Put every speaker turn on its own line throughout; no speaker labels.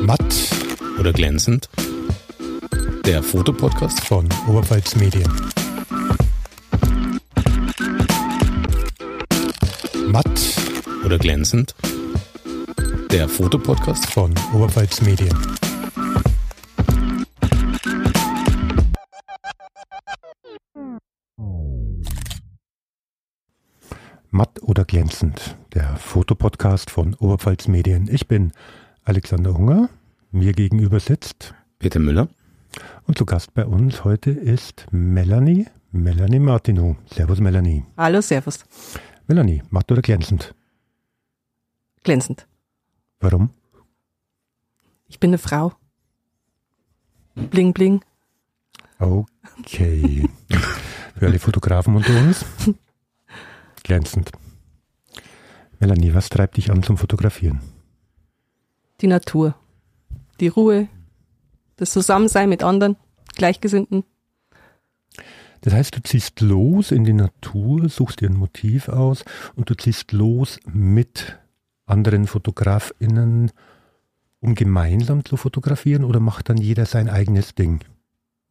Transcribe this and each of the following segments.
Matt oder glänzend. Der Fotopodcast
von Oberpfalz Medien.
Matt oder glänzend. Der Fotopodcast
von Oberpfalz Medien. Matt oder glänzend, der Fotopodcast von Oberpfalz Medien. Ich bin Alexander Hunger, mir gegenüber sitzt
Peter Müller.
Und zu Gast bei uns heute ist Melanie, Melanie Martino. Servus Melanie.
Hallo, Servus.
Melanie, matt oder glänzend?
Glänzend.
Warum?
Ich bin eine Frau. Bling, bling.
Okay. Für alle Fotografen unter uns. Glänzend. Melanie, was treibt dich an zum Fotografieren?
Die Natur. Die Ruhe. Das Zusammensein mit anderen, Gleichgesinnten.
Das heißt, du ziehst los in die Natur, suchst dir ein Motiv aus und du ziehst los mit anderen FotografInnen, um gemeinsam zu fotografieren oder macht dann jeder sein eigenes Ding?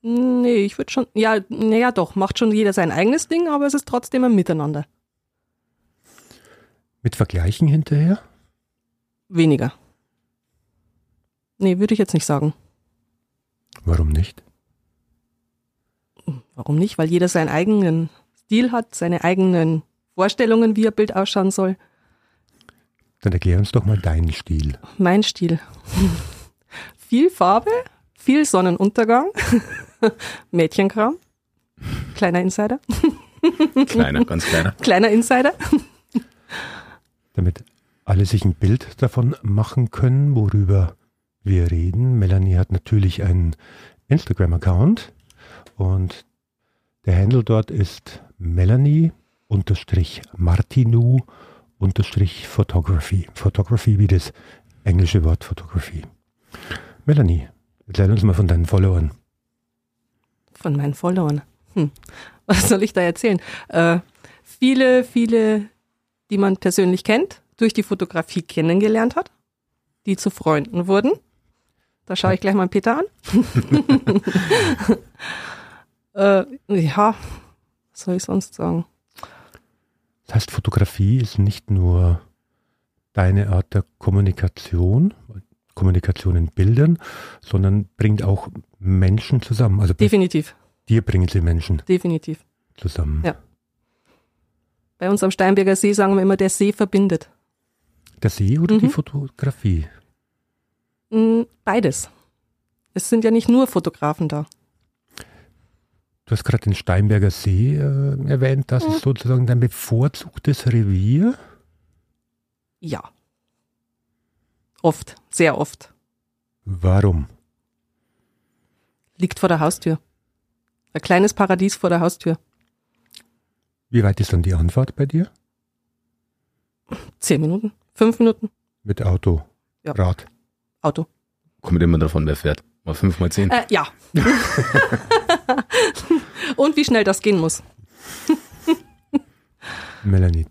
Nee, ich würde schon, ja, naja, doch, macht schon jeder sein eigenes Ding, aber es ist trotzdem ein Miteinander.
Mit Vergleichen hinterher?
Weniger. Nee, würde ich jetzt nicht sagen.
Warum nicht?
Warum nicht? Weil jeder seinen eigenen Stil hat, seine eigenen Vorstellungen, wie ein Bild ausschauen soll.
Dann erklär uns doch mal deinen Stil.
Mein Stil. viel Farbe, viel Sonnenuntergang, Mädchenkram, kleiner Insider,
Kleiner, ganz kleiner.
kleiner Insider.
damit alle sich ein Bild davon machen können, worüber wir reden. Melanie hat natürlich einen Instagram-Account und der Handle dort ist Melanie-Martinu-Photography. Photography wie das englische Wort Photography. Melanie, erzähl uns mal von deinen Followern.
von meinen Followern. Hm. Was soll ich da erzählen? Äh, viele, viele, die man persönlich kennt, durch die Fotografie kennengelernt hat, die zu Freunden wurden. Da schaue ich gleich mal Peter an. äh, ja, was soll ich sonst sagen?
Das heißt, Fotografie ist nicht nur deine Art der Kommunikation, Kommunikation in Bildern, sondern bringt auch Menschen zusammen. Also bei
Definitiv,
dir bringen sie Menschen
definitiv.
zusammen.
Ja. Bei uns am Steinberger See sagen wir immer, der See verbindet.
Der See oder die
Mhm.
Fotografie?
Hm, Beides. Es sind ja nicht nur Fotografen da.
Du hast gerade den Steinberger See äh, erwähnt. Das ist
Mhm.
sozusagen dein bevorzugtes Revier.
Ja. Oft, sehr oft.
Warum?
Liegt vor der Haustür. Ein kleines Paradies vor der Haustür.
Wie weit ist dann die Anfahrt bei dir?
Zehn Minuten, fünf Minuten,
Mit Auto,
Ja.
Rad.
Auto.
Kommt immer davon, wer fährt. Mal fünf mal zehn.
Äh, ja. Und wie schnell das gehen muss.
Melanie,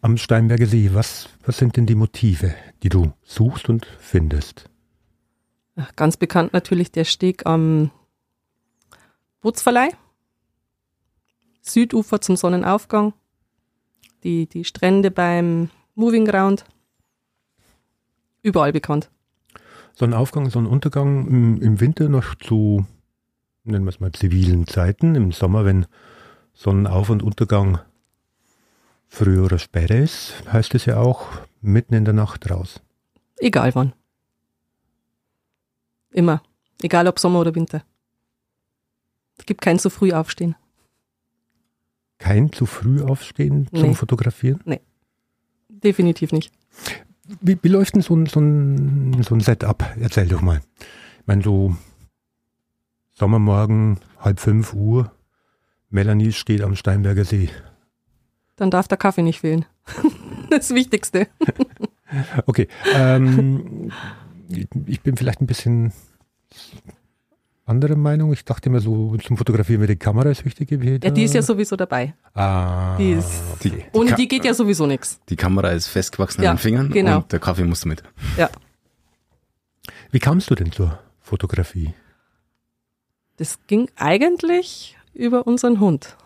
am Steinberger See, was, was sind denn die Motive, die du suchst und findest?
Ganz bekannt natürlich der Steg am Bootsverleih. Südufer zum Sonnenaufgang. Die, die Strände beim Moving Ground. Überall bekannt.
So ein Aufgang, so ein Untergang im, im Winter noch zu, nennen wir es mal, zivilen Zeiten. Im Sommer, wenn Sonnenauf- und Untergang früher oder später ist, heißt es ja auch mitten in der Nacht raus.
Egal wann. Immer. Egal ob Sommer oder Winter. Es gibt kein zu früh aufstehen.
Kein zu früh aufstehen zum
Nee.
Fotografieren.
Definitiv nicht.
Wie, wie läuft denn so ein, so ein, so ein Setup? Erzähl doch mal. Ich meine, so Sommermorgen, halb fünf Uhr, Melanie steht am Steinberger See.
Dann darf der Kaffee nicht fehlen. das Wichtigste.
Okay, ähm, ich- ich bin vielleicht ein bisschen andere Meinung. Ich dachte immer so, zum Fotografieren mit der Kamera ist wichtig.
Ja, die ist ja sowieso dabei.
Ah,
Die ist,
Die, Äh. die,
ohne
Ka-
die geht ja sowieso nichts.
die Kamera ist festgewachsen
Ja,
an den Fingern
genau.
und der Kaffee musste mit.
Ja.
Wie kamst du denn zur Fotografie?
Das ging eigentlich über unseren Hund.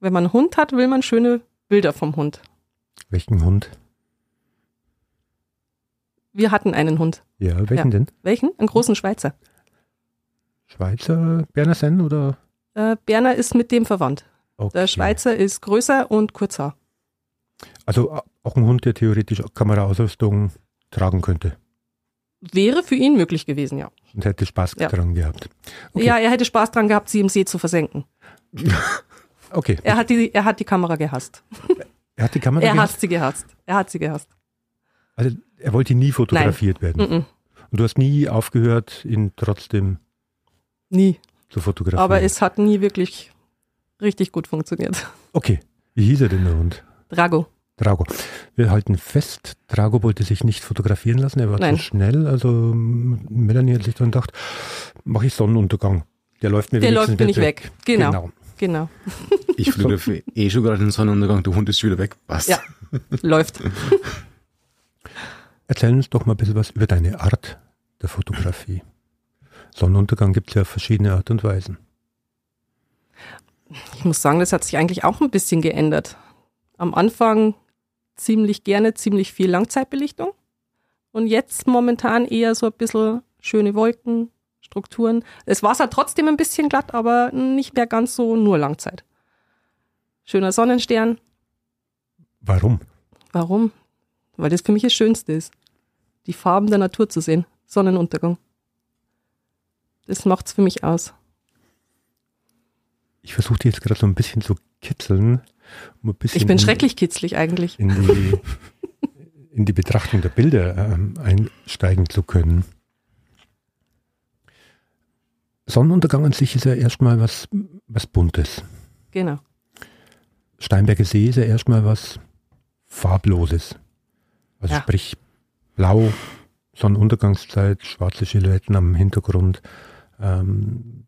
Wenn man einen Hund hat, will man schöne Bilder vom Hund.
Welchen Hund?
Wir hatten einen Hund.
Ja, welchen
Ja.
denn?
Welchen? Einen großen Schweizer.
Schweizer Berner Senn oder?
Äh, Berner ist mit dem verwandt. Der
Okay.
Schweizer ist größer und kurzer.
Also a- auch ein Hund, der theoretisch Kameraausrüstung tragen könnte
Wäre für ihn möglich gewesen, ja.
und hätte Spaß
Ja.
daran gehabt. Okay.
Ja, er hätte Spaß dran gehabt, sie im See zu versenken.
Okay,
Er hat die, er hat die Kamera gehasst.
er hat die Kamera
Er
gehabt.
hat sie gehasst. Er hat sie gehasst.
Also er wollte nie fotografiert werden.
Mm-mm.
Und du hast nie aufgehört, ihn trotzdem
Nie.
zu fotografieren.
Aber es hat nie wirklich richtig gut funktioniert.
Okay, wie hieß er denn der Hund?
Drago.
Drago. Wir halten fest, Drago wollte sich nicht fotografieren lassen, er war
Nein.
zu schnell. Also ähm, Melanie hat sich dann gedacht, mache ich Sonnenuntergang. Der läuft mir
Der
wenigstens
läuft mir nicht weg. Genau, genau.
Ich fotografiere eh schon gerade den Sonnenuntergang, der Hund ist wieder weg. Passt.
Ja. Läuft.
Erzähl uns doch mal ein bisschen was über deine Art der Fotografie. Sonnenuntergang gibt es ja verschiedene Art und Weisen.
Ich muss sagen, das hat sich eigentlich auch ein bisschen geändert. Am Anfang ziemlich gerne, ziemlich viel Langzeitbelichtung. Und jetzt momentan eher so ein bisschen schöne Wolken, Strukturen. Das Wasser trotzdem ein bisschen glatt, aber nicht mehr ganz so nur Langzeit. Schöner Sonnenstern.
Warum?
Warum? Weil das für mich das Schönste ist. Die Farben der Natur zu sehen. Sonnenuntergang. Das macht's für mich aus.
Ich versuche dich jetzt gerade so ein bisschen zu kitzeln. Um ein bisschen
Ich bin schrecklich kitzlig eigentlich.
In die, in die Betrachtung der Bilder ähm, einsteigen zu können. Sonnenuntergang an sich ist ja erstmal was, was Buntes.
Genau.
Steinberger See ist ja erstmal was Farbloses. Also
Ja.
sprich blau, Sonnenuntergangszeit, schwarze Silhouetten am Hintergrund. Ähm,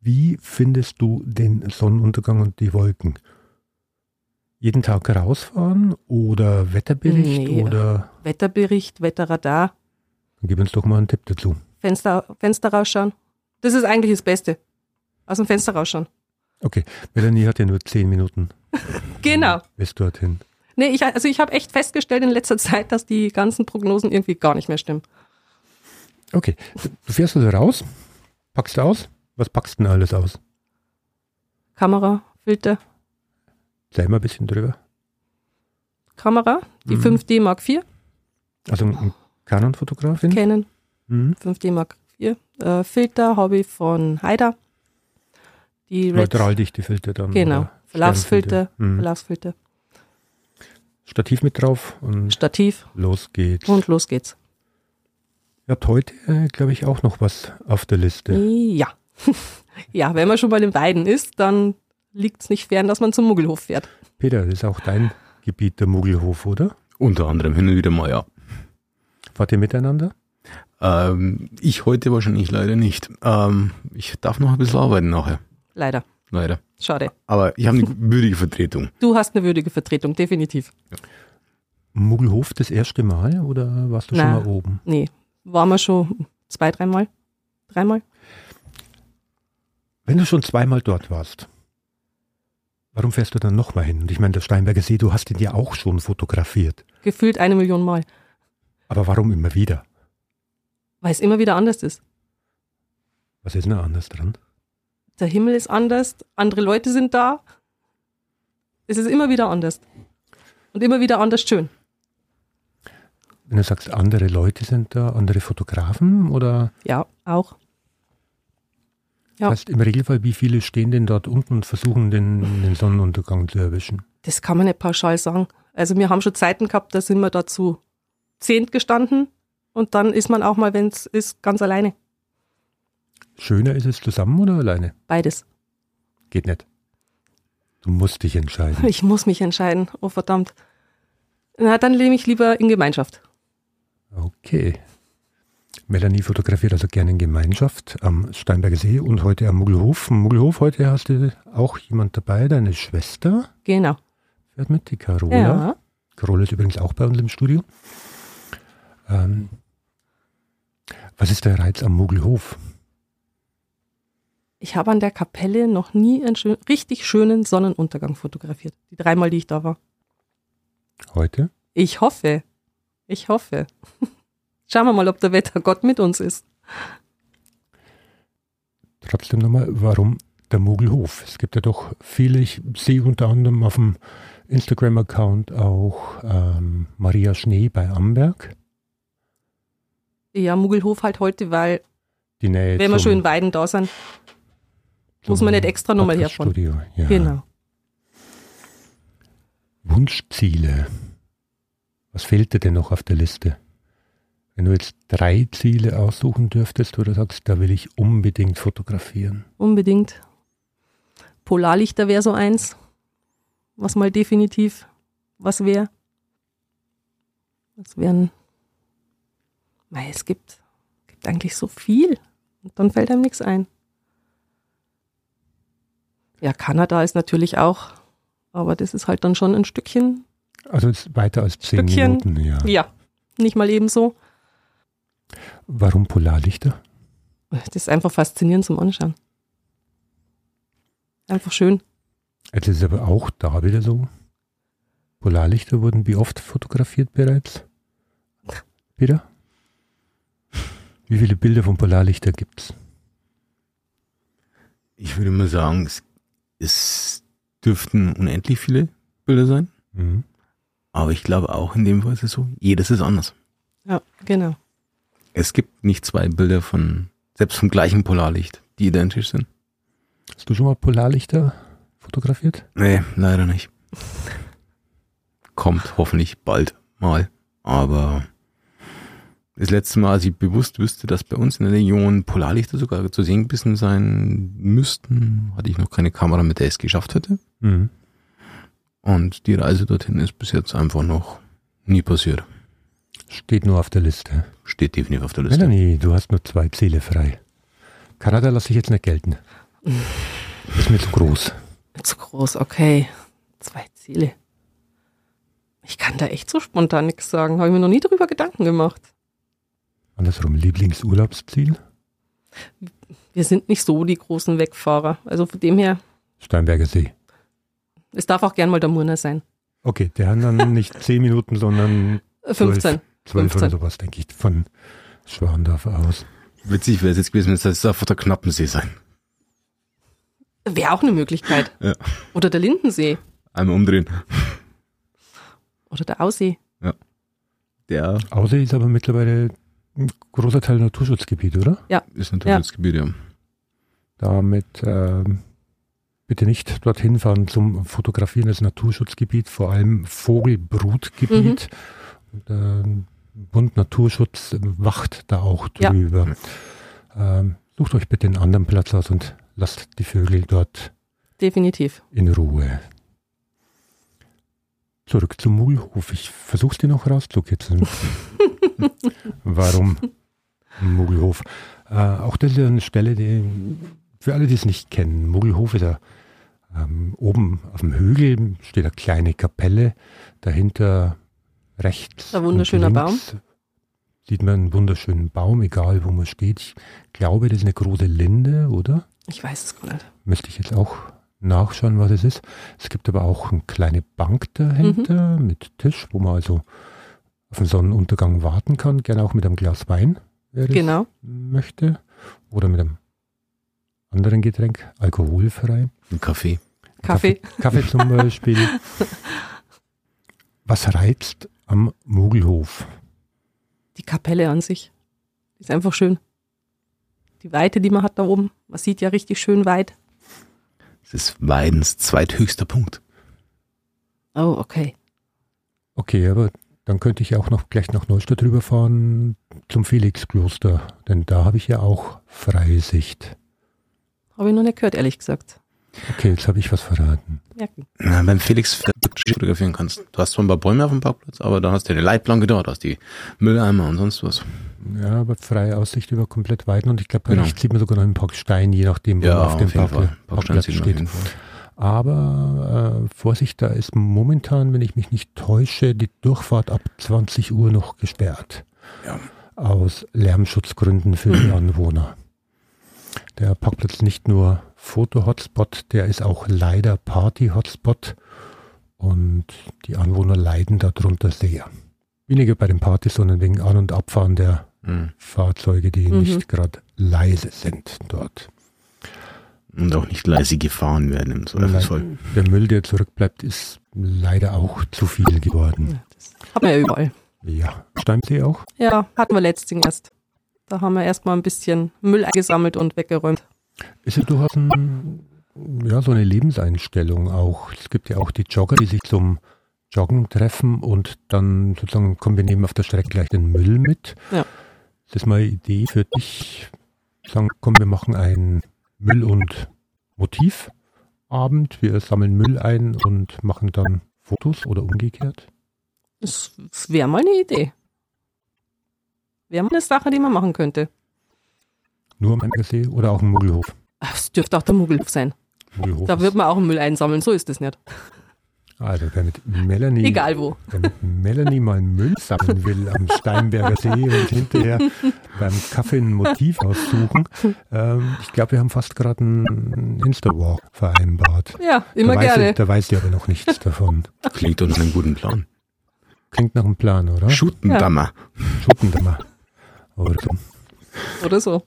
wie findest du den Sonnenuntergang und die Wolken? Jeden Tag rausfahren oder Wetterbericht
Nee.
oder
Wetterbericht, Wetterradar,
dann gib uns doch mal einen Tipp dazu.
Fenster, Fenster rausschauen. Das ist eigentlich das Beste. Aus dem Fenster rausschauen.
Okay, Melanie hat ja nur zehn Minuten um
Genau.
bis dorthin.
Nee, ich, also ich habe echt festgestellt in letzter Zeit, dass die ganzen Prognosen irgendwie gar nicht mehr stimmen.
Okay, du- du fährst also raus, packst aus. Was packst denn alles aus?
Kamera, Filter,
Sei mal ein bisschen drüber.
Kamera, die
Mhm.
5D Mark IV,
Also ein Canon-Fotografin?
Canon
Mhm.
5D Mark IV, äh, Filter, Hobby von Haider. Die Red,
Neutraldichte Filter dann.
Genau.
oder
Verlaufsfilter.
Sternfilter. Mhm.
Glasfilter,
Stativ mit drauf und
Stativ
los geht's.
und los geht's.
Ihr habt heute, äh, glaube ich, auch noch was auf der
Mhm.
Liste.
Ja. ja, wenn man schon bei den beiden ist, dann liegt's nicht fern, dass man zum Muggelhof fährt.
Peter, das ist auch dein Gebiet, der Mogelhof, oder?
Unter anderem hin und wieder mal, ja.
Wart ihr miteinander?
Ähm, ich heute wahrscheinlich leider nicht. Ähm, ich darf noch ein bisschen arbeiten nachher.
Leider.
Leider.
Schade.
Aber ich habe eine würdige Vertretung.
Du hast eine würdige Vertretung, definitiv.
Mogelhof das erste Mal oder warst du
Na.
schon mal oben?
Nee, waren wir schon zwei, dreimal? Dreimal?
Wenn du schon zweimal dort warst, warum fährst du dann nochmal hin? Und ich meine, der Steinberger See, du hast ihn ja auch schon fotografiert.
Gefühlt eine Million Mal,
Aber warum immer wieder?
weil es immer wieder anders ist.
Was ist denn da anders dran?
Der Himmel ist anders, andere Leute sind da. Es ist immer wieder anders. Und immer wieder anders schön.
Wenn du sagst, andere Leute sind da, andere Fotografen oder
Ja, auch. Ja.
Das heißt im Regelfall, wie viele stehen denn dort unten und versuchen den, den Sonnenuntergang zu erwischen?
Das kann man nicht pauschal sagen. Also wir haben schon Zeiten gehabt, da sind wir dazu zehnt gestanden und dann ist man auch mal, wenn es ist, ganz alleine.
Schöner ist es zusammen oder alleine?
Beides.
Geht nicht. Du musst dich entscheiden.
Ich muss mich entscheiden. Oh verdammt. Na, dann lebe ich lieber in Gemeinschaft.
Okay. Melanie fotografiert also gerne in Gemeinschaft am Steinberger See und heute am Muggelhof. Am Muggelhof heute hast du auch jemand dabei, deine Schwester
Genau.
fährt mit, die Carola.
Ja.
Carola ist übrigens auch bei uns im Studio. Ähm, Was ist der Reiz am Mogelhof?
Ich habe an der Kapelle noch nie einen schön, richtig schönen Sonnenuntergang fotografiert. Die dreimal, die ich da war.
Heute?
Ich hoffe. Ich hoffe. Schauen wir mal, ob der Wettergott mit uns ist.
Trotzdem nochmal, warum der Mogelhof? Es gibt ja doch viele, ich sehe unter anderem auf dem Instagram-Account auch ähm, Maria Schnee bei Amberg.
Ja, Mugelhof halt heute, weil
Die Nähe
wenn wir
zum-
schon in Weiden da sind,
zum
muss man nicht extra nochmal herfahren.
Podcast-Studio, Ja.
Genau.
Wunschziele. Was fehlt dir denn noch auf der Liste? Wenn du jetzt drei Ziele aussuchen dürftest, wo du sagst, da will ich unbedingt fotografieren.
Unbedingt. Polarlichter wäre so eins, was mal definitiv was wäre. Was wären. Mei, es gibt, gibt eigentlich so viel. Und dann fällt einem nichts ein. Ja, Kanada ist natürlich auch, aber das ist halt dann schon ein Stückchen.
Also jetzt weiter als zehn
Stückchen.
Minuten, ja.
Ja, nicht mal eben so.
Warum Polarlichter?
Das ist einfach faszinierend zum Anschauen. Einfach schön.
Jetzt ist es aber auch da wieder so. Polarlichter wurden wie oft fotografiert bereits? Wieder? Wie viele Bilder von Polarlichter gibt's?
Ich würde mal sagen, es, es dürften unendlich viele Bilder sein.
Mhm.
Aber ich glaube auch in dem Fall ist es so, jedes ist anders.
Ja, genau.
Es gibt nicht zwei Bilder von, selbst vom gleichen Polarlicht, die identisch sind.
Hast du schon mal Polarlichter fotografiert?
Nee, leider nicht. Kommt hoffentlich bald mal. Aber das letzte Mal, als ich bewusst wüsste, dass bei uns in der Region Polarlichter sogar zu sehen gewesen sein müssten, hatte ich noch keine Kamera, mit der ich es geschafft hätte.
Mhm.
Und die Reise dorthin ist bis jetzt einfach noch nie passiert.
Steht nur auf der Liste.
Steht definitiv auf der Liste.
Melanie, du hast nur zwei Ziele frei. Kanada lasse ich jetzt nicht gelten. Ist mir zu groß.
Zu groß, okay. Zwei Ziele. Ich kann da echt so spontan nichts sagen. Habe ich mir noch nie drüber Gedanken gemacht.
Andersrum, Lieblingsurlaubsziel?
Wir sind nicht so die großen Wegfahrer. Also von dem her,
Steinberger See.
es darf auch gern mal der Murner sein.
Okay, der hat dann nicht 10 Minuten, sondern
Äh, 15.
12 oder
15.
sowas, denke ich, von Schwandorf aus.
Witzig wäre es jetzt gewesen, wenn es das auf der knappen See sein.
Wäre auch eine Möglichkeit.
Ja.
Oder der Lindensee.
Einmal umdrehen.
Oder der Aussee.
Der
Außer ist aber mittlerweile ein großer Teil Naturschutzgebiet, oder?
ist natürlich
Ja.
das Gebiet, ja.
Damit ähm, bitte nicht dorthin fahren zum Fotografieren des Naturschutzgebiet, vor allem Vogelbrutgebiet. Und, ähm, Bund Naturschutz wacht da auch
Ja.
drüber. Ähm, sucht euch bitte einen anderen Platz aus und lasst die Vögel dort
Definitiv.
in Ruhe. Zurück zum Mugelhof. Ich versuch's dir noch rauszukitzeln. Warum Mugelhof? Äh, auch das ist ja eine Stelle, die für alle, die es nicht kennen, Mugelhof ist ja ähm, oben auf dem Hügel steht eine kleine Kapelle, dahinter rechts.
Ein wunderschöner
und links Sieht man einen wunderschönen Baum, egal wo man steht. Ich glaube, das ist eine große Linde, oder?
Ich weiß es gar nicht.
Müsste ich jetzt auch nachschauen, was es ist. Es gibt aber auch eine kleine Bank dahinter
Mhm.
mit Tisch, wo man also auf den Sonnenuntergang warten kann. Gerne auch mit einem Glas Wein, wer das
Genau.
möchte. Oder mit einem anderen Getränk, alkoholfrei.
Ein Kaffee.
Kaffee.
Kaffee zum Beispiel. Was reizt am Mogelhof?
die Kapelle an sich. Ist einfach schön. Die Weite, die man hat da oben. Man sieht ja richtig schön weit.
Es ist Weidens zweithöchster Punkt.
Oh, okay.
Okay, aber dann könnte ich ja auch noch gleich nach Neustadt rüberfahren zum Felixkloster, denn da habe ich ja auch freie Sicht.
Habe ich noch nicht gehört, ehrlich gesagt.
Okay, jetzt habe ich was verraten.
Merken.
Na, beim Felix fotografieren kannst. Du hast zwar ein paar Bäume auf dem Parkplatz, aber da hast du die Leitplanke dort, hast die Mülleimer und sonst was.
Ja, aber freie Aussicht über komplett Weiden und ich glaube,
Genau.
rechts sieht man sogar noch einen Parkstein, je nachdem, wo man auf dem Parkpla- Parkplatz
Parkstein sieht man auf
steht.
jeden Fall.
Aber äh, Vorsicht, da ist momentan, wenn ich mich nicht täusche, die Durchfahrt ab 20 Uhr noch gesperrt.
Ja.
aus Lärmschutzgründen für die Anwohner. Der Parkplatz ist nicht nur Foto-Hotspot, der ist auch leider Party-Hotspot und die Anwohner leiden darunter sehr. Weniger bei den Partys, sondern wegen An- und Abfahren der
Mhm.
Fahrzeuge, die
Mhm.
nicht gerade leise sind dort.
Und auch nicht leise gefahren werden im Zweifelsfall.
Nein, Der Müll, der zurückbleibt, ist leider auch zu viel geworden.
Ja, das hat man ja überall.
Ja, Steinsee auch.
Ja, hatten wir letztens erst. Da haben wir erstmal ein bisschen Müll eingesammelt und weggeräumt.
Ist ja durchaus ein, ja, so eine Lebenseinstellung auch. Es gibt ja auch die Jogger, die sich zum Joggen treffen und dann sozusagen kommen wir nehmen auf der Strecke gleich den Müll mit.
Ja.
Ist das mal eine Idee für dich? Sagen, komm, wir machen ein Müll- und Motivabend. Wir sammeln Müll ein und machen dann Fotos oder umgekehrt.
Das wäre mal eine Idee. Wäre mal eine Sache, die man machen könnte.
Nur am Engersee oder auch im Muggelhof.
Ach, Es dürfte auch der Muggelhof sein.
Muggelhof
Da
ist-
wird man auch Müll einsammeln, so ist es nicht.
also wer mit Melanie
Egal wo.
Wenn Melanie mal Müll sammeln will am Steinberger See und hinterher beim Kaffee ein Motiv aussuchen, ähm, ich glaube, wir haben fast gerade einen Insta-Walk vereinbart.
Ja, immer
da Weiß
gerne.
ich, da weiß ich aber noch nichts davon.
Klingt doch nach einem guten Plan.
Klingt nach einem Plan, oder?
Schuttendammer.
Schuppen da mal. Oder so.
Oder so.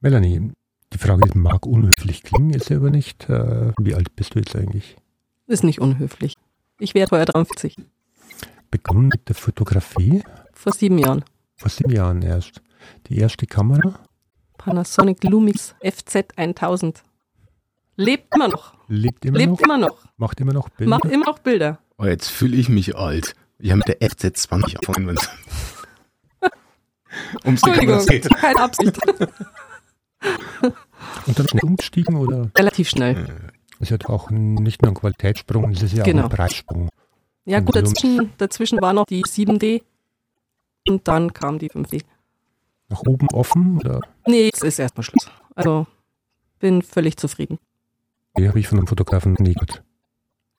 Melanie, die Frage ist, mag unhöflich klingen, ist sie aber nicht. Äh, wie alt bist du jetzt eigentlich?
Ist nicht unhöflich. Ich wäre teuer 53.
Begonnen mit der Fotografie?
Vor sieben Jahren.
Vor sieben Jahren erst. Die erste Kamera?
Panasonic Lumix FZ 1000. Lebt immer noch.
Lebt immer
Lebt
noch?
immer noch.
Macht immer noch Bilder?
Macht immer noch Bilder.
Oh, jetzt fühle ich mich alt. Ich habe mit der FZ20 angefangen. Um's
Oh Entschuldigung, keine Absicht.
Und dann schnell umgestiegen oder?
Relativ schnell.
Es hat auch nicht nur ein Qualitätssprung, es ist ja
Genau.
auch ein Preissprung.
Ja gut,
Also-
dazwischen, dazwischen war noch die 7D und dann kam die 5D.
Nach oben offen oder?
Nee, jetzt ist erstmal Schluss. Also bin völlig zufrieden.
Die habe ich von einem Fotografen nie gehört.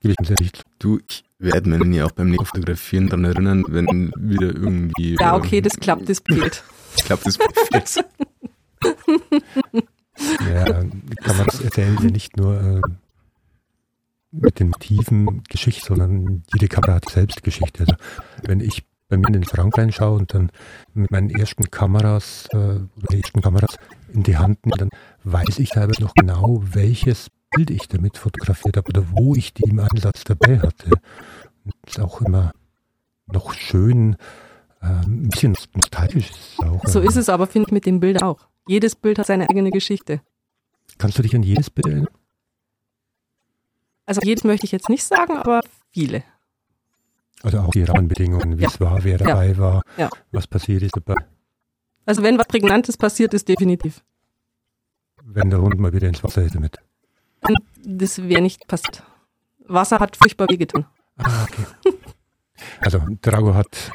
Gebe ich ihm sehr recht.
Du, ich werde Melanie auch beim nächsten Fotografieren daran erinnern, wenn wieder irgendwie.
Ja, okay,
ähm,
das klappt, das geht.
Ich glaube, das perfekt.
Ja, kann man das erzählen, ja nicht nur äh, mit den Motiven Geschichte, sondern jede Kamera hat selbst Geschichte. Also, wenn ich bei mir in den Schrank reinschaue und dann mit meinen ersten Kameras, äh, oder den ersten Kameras in die Hand nehme, dann weiß ich teilweise noch genau, welches Bild ich damit fotografiert habe oder wo ich die im Einsatz dabei hatte. Und ist auch immer noch schön, äh, ein bisschen nostalgisch ist es auch.
So
Ähm,
ist es aber, finde ich, mit den Bildern auch. Jedes Bild hat seine eigene Geschichte.
Kannst du dich an jedes Bild erinnern?
Also jedes möchte ich jetzt nicht sagen, aber viele.
Also auch die Rahmenbedingungen, wie
Ja.
es war, wer
Ja.
dabei war,
Ja.
was passiert ist dabei,
Also wenn was Prägnantes passiert ist, definitiv.
wenn der Hund mal wieder ins Wasser ist damit.
Und das wäre nicht passiert. Wasser hat furchtbar wehgetan.
Ah, okay. Also Drago hat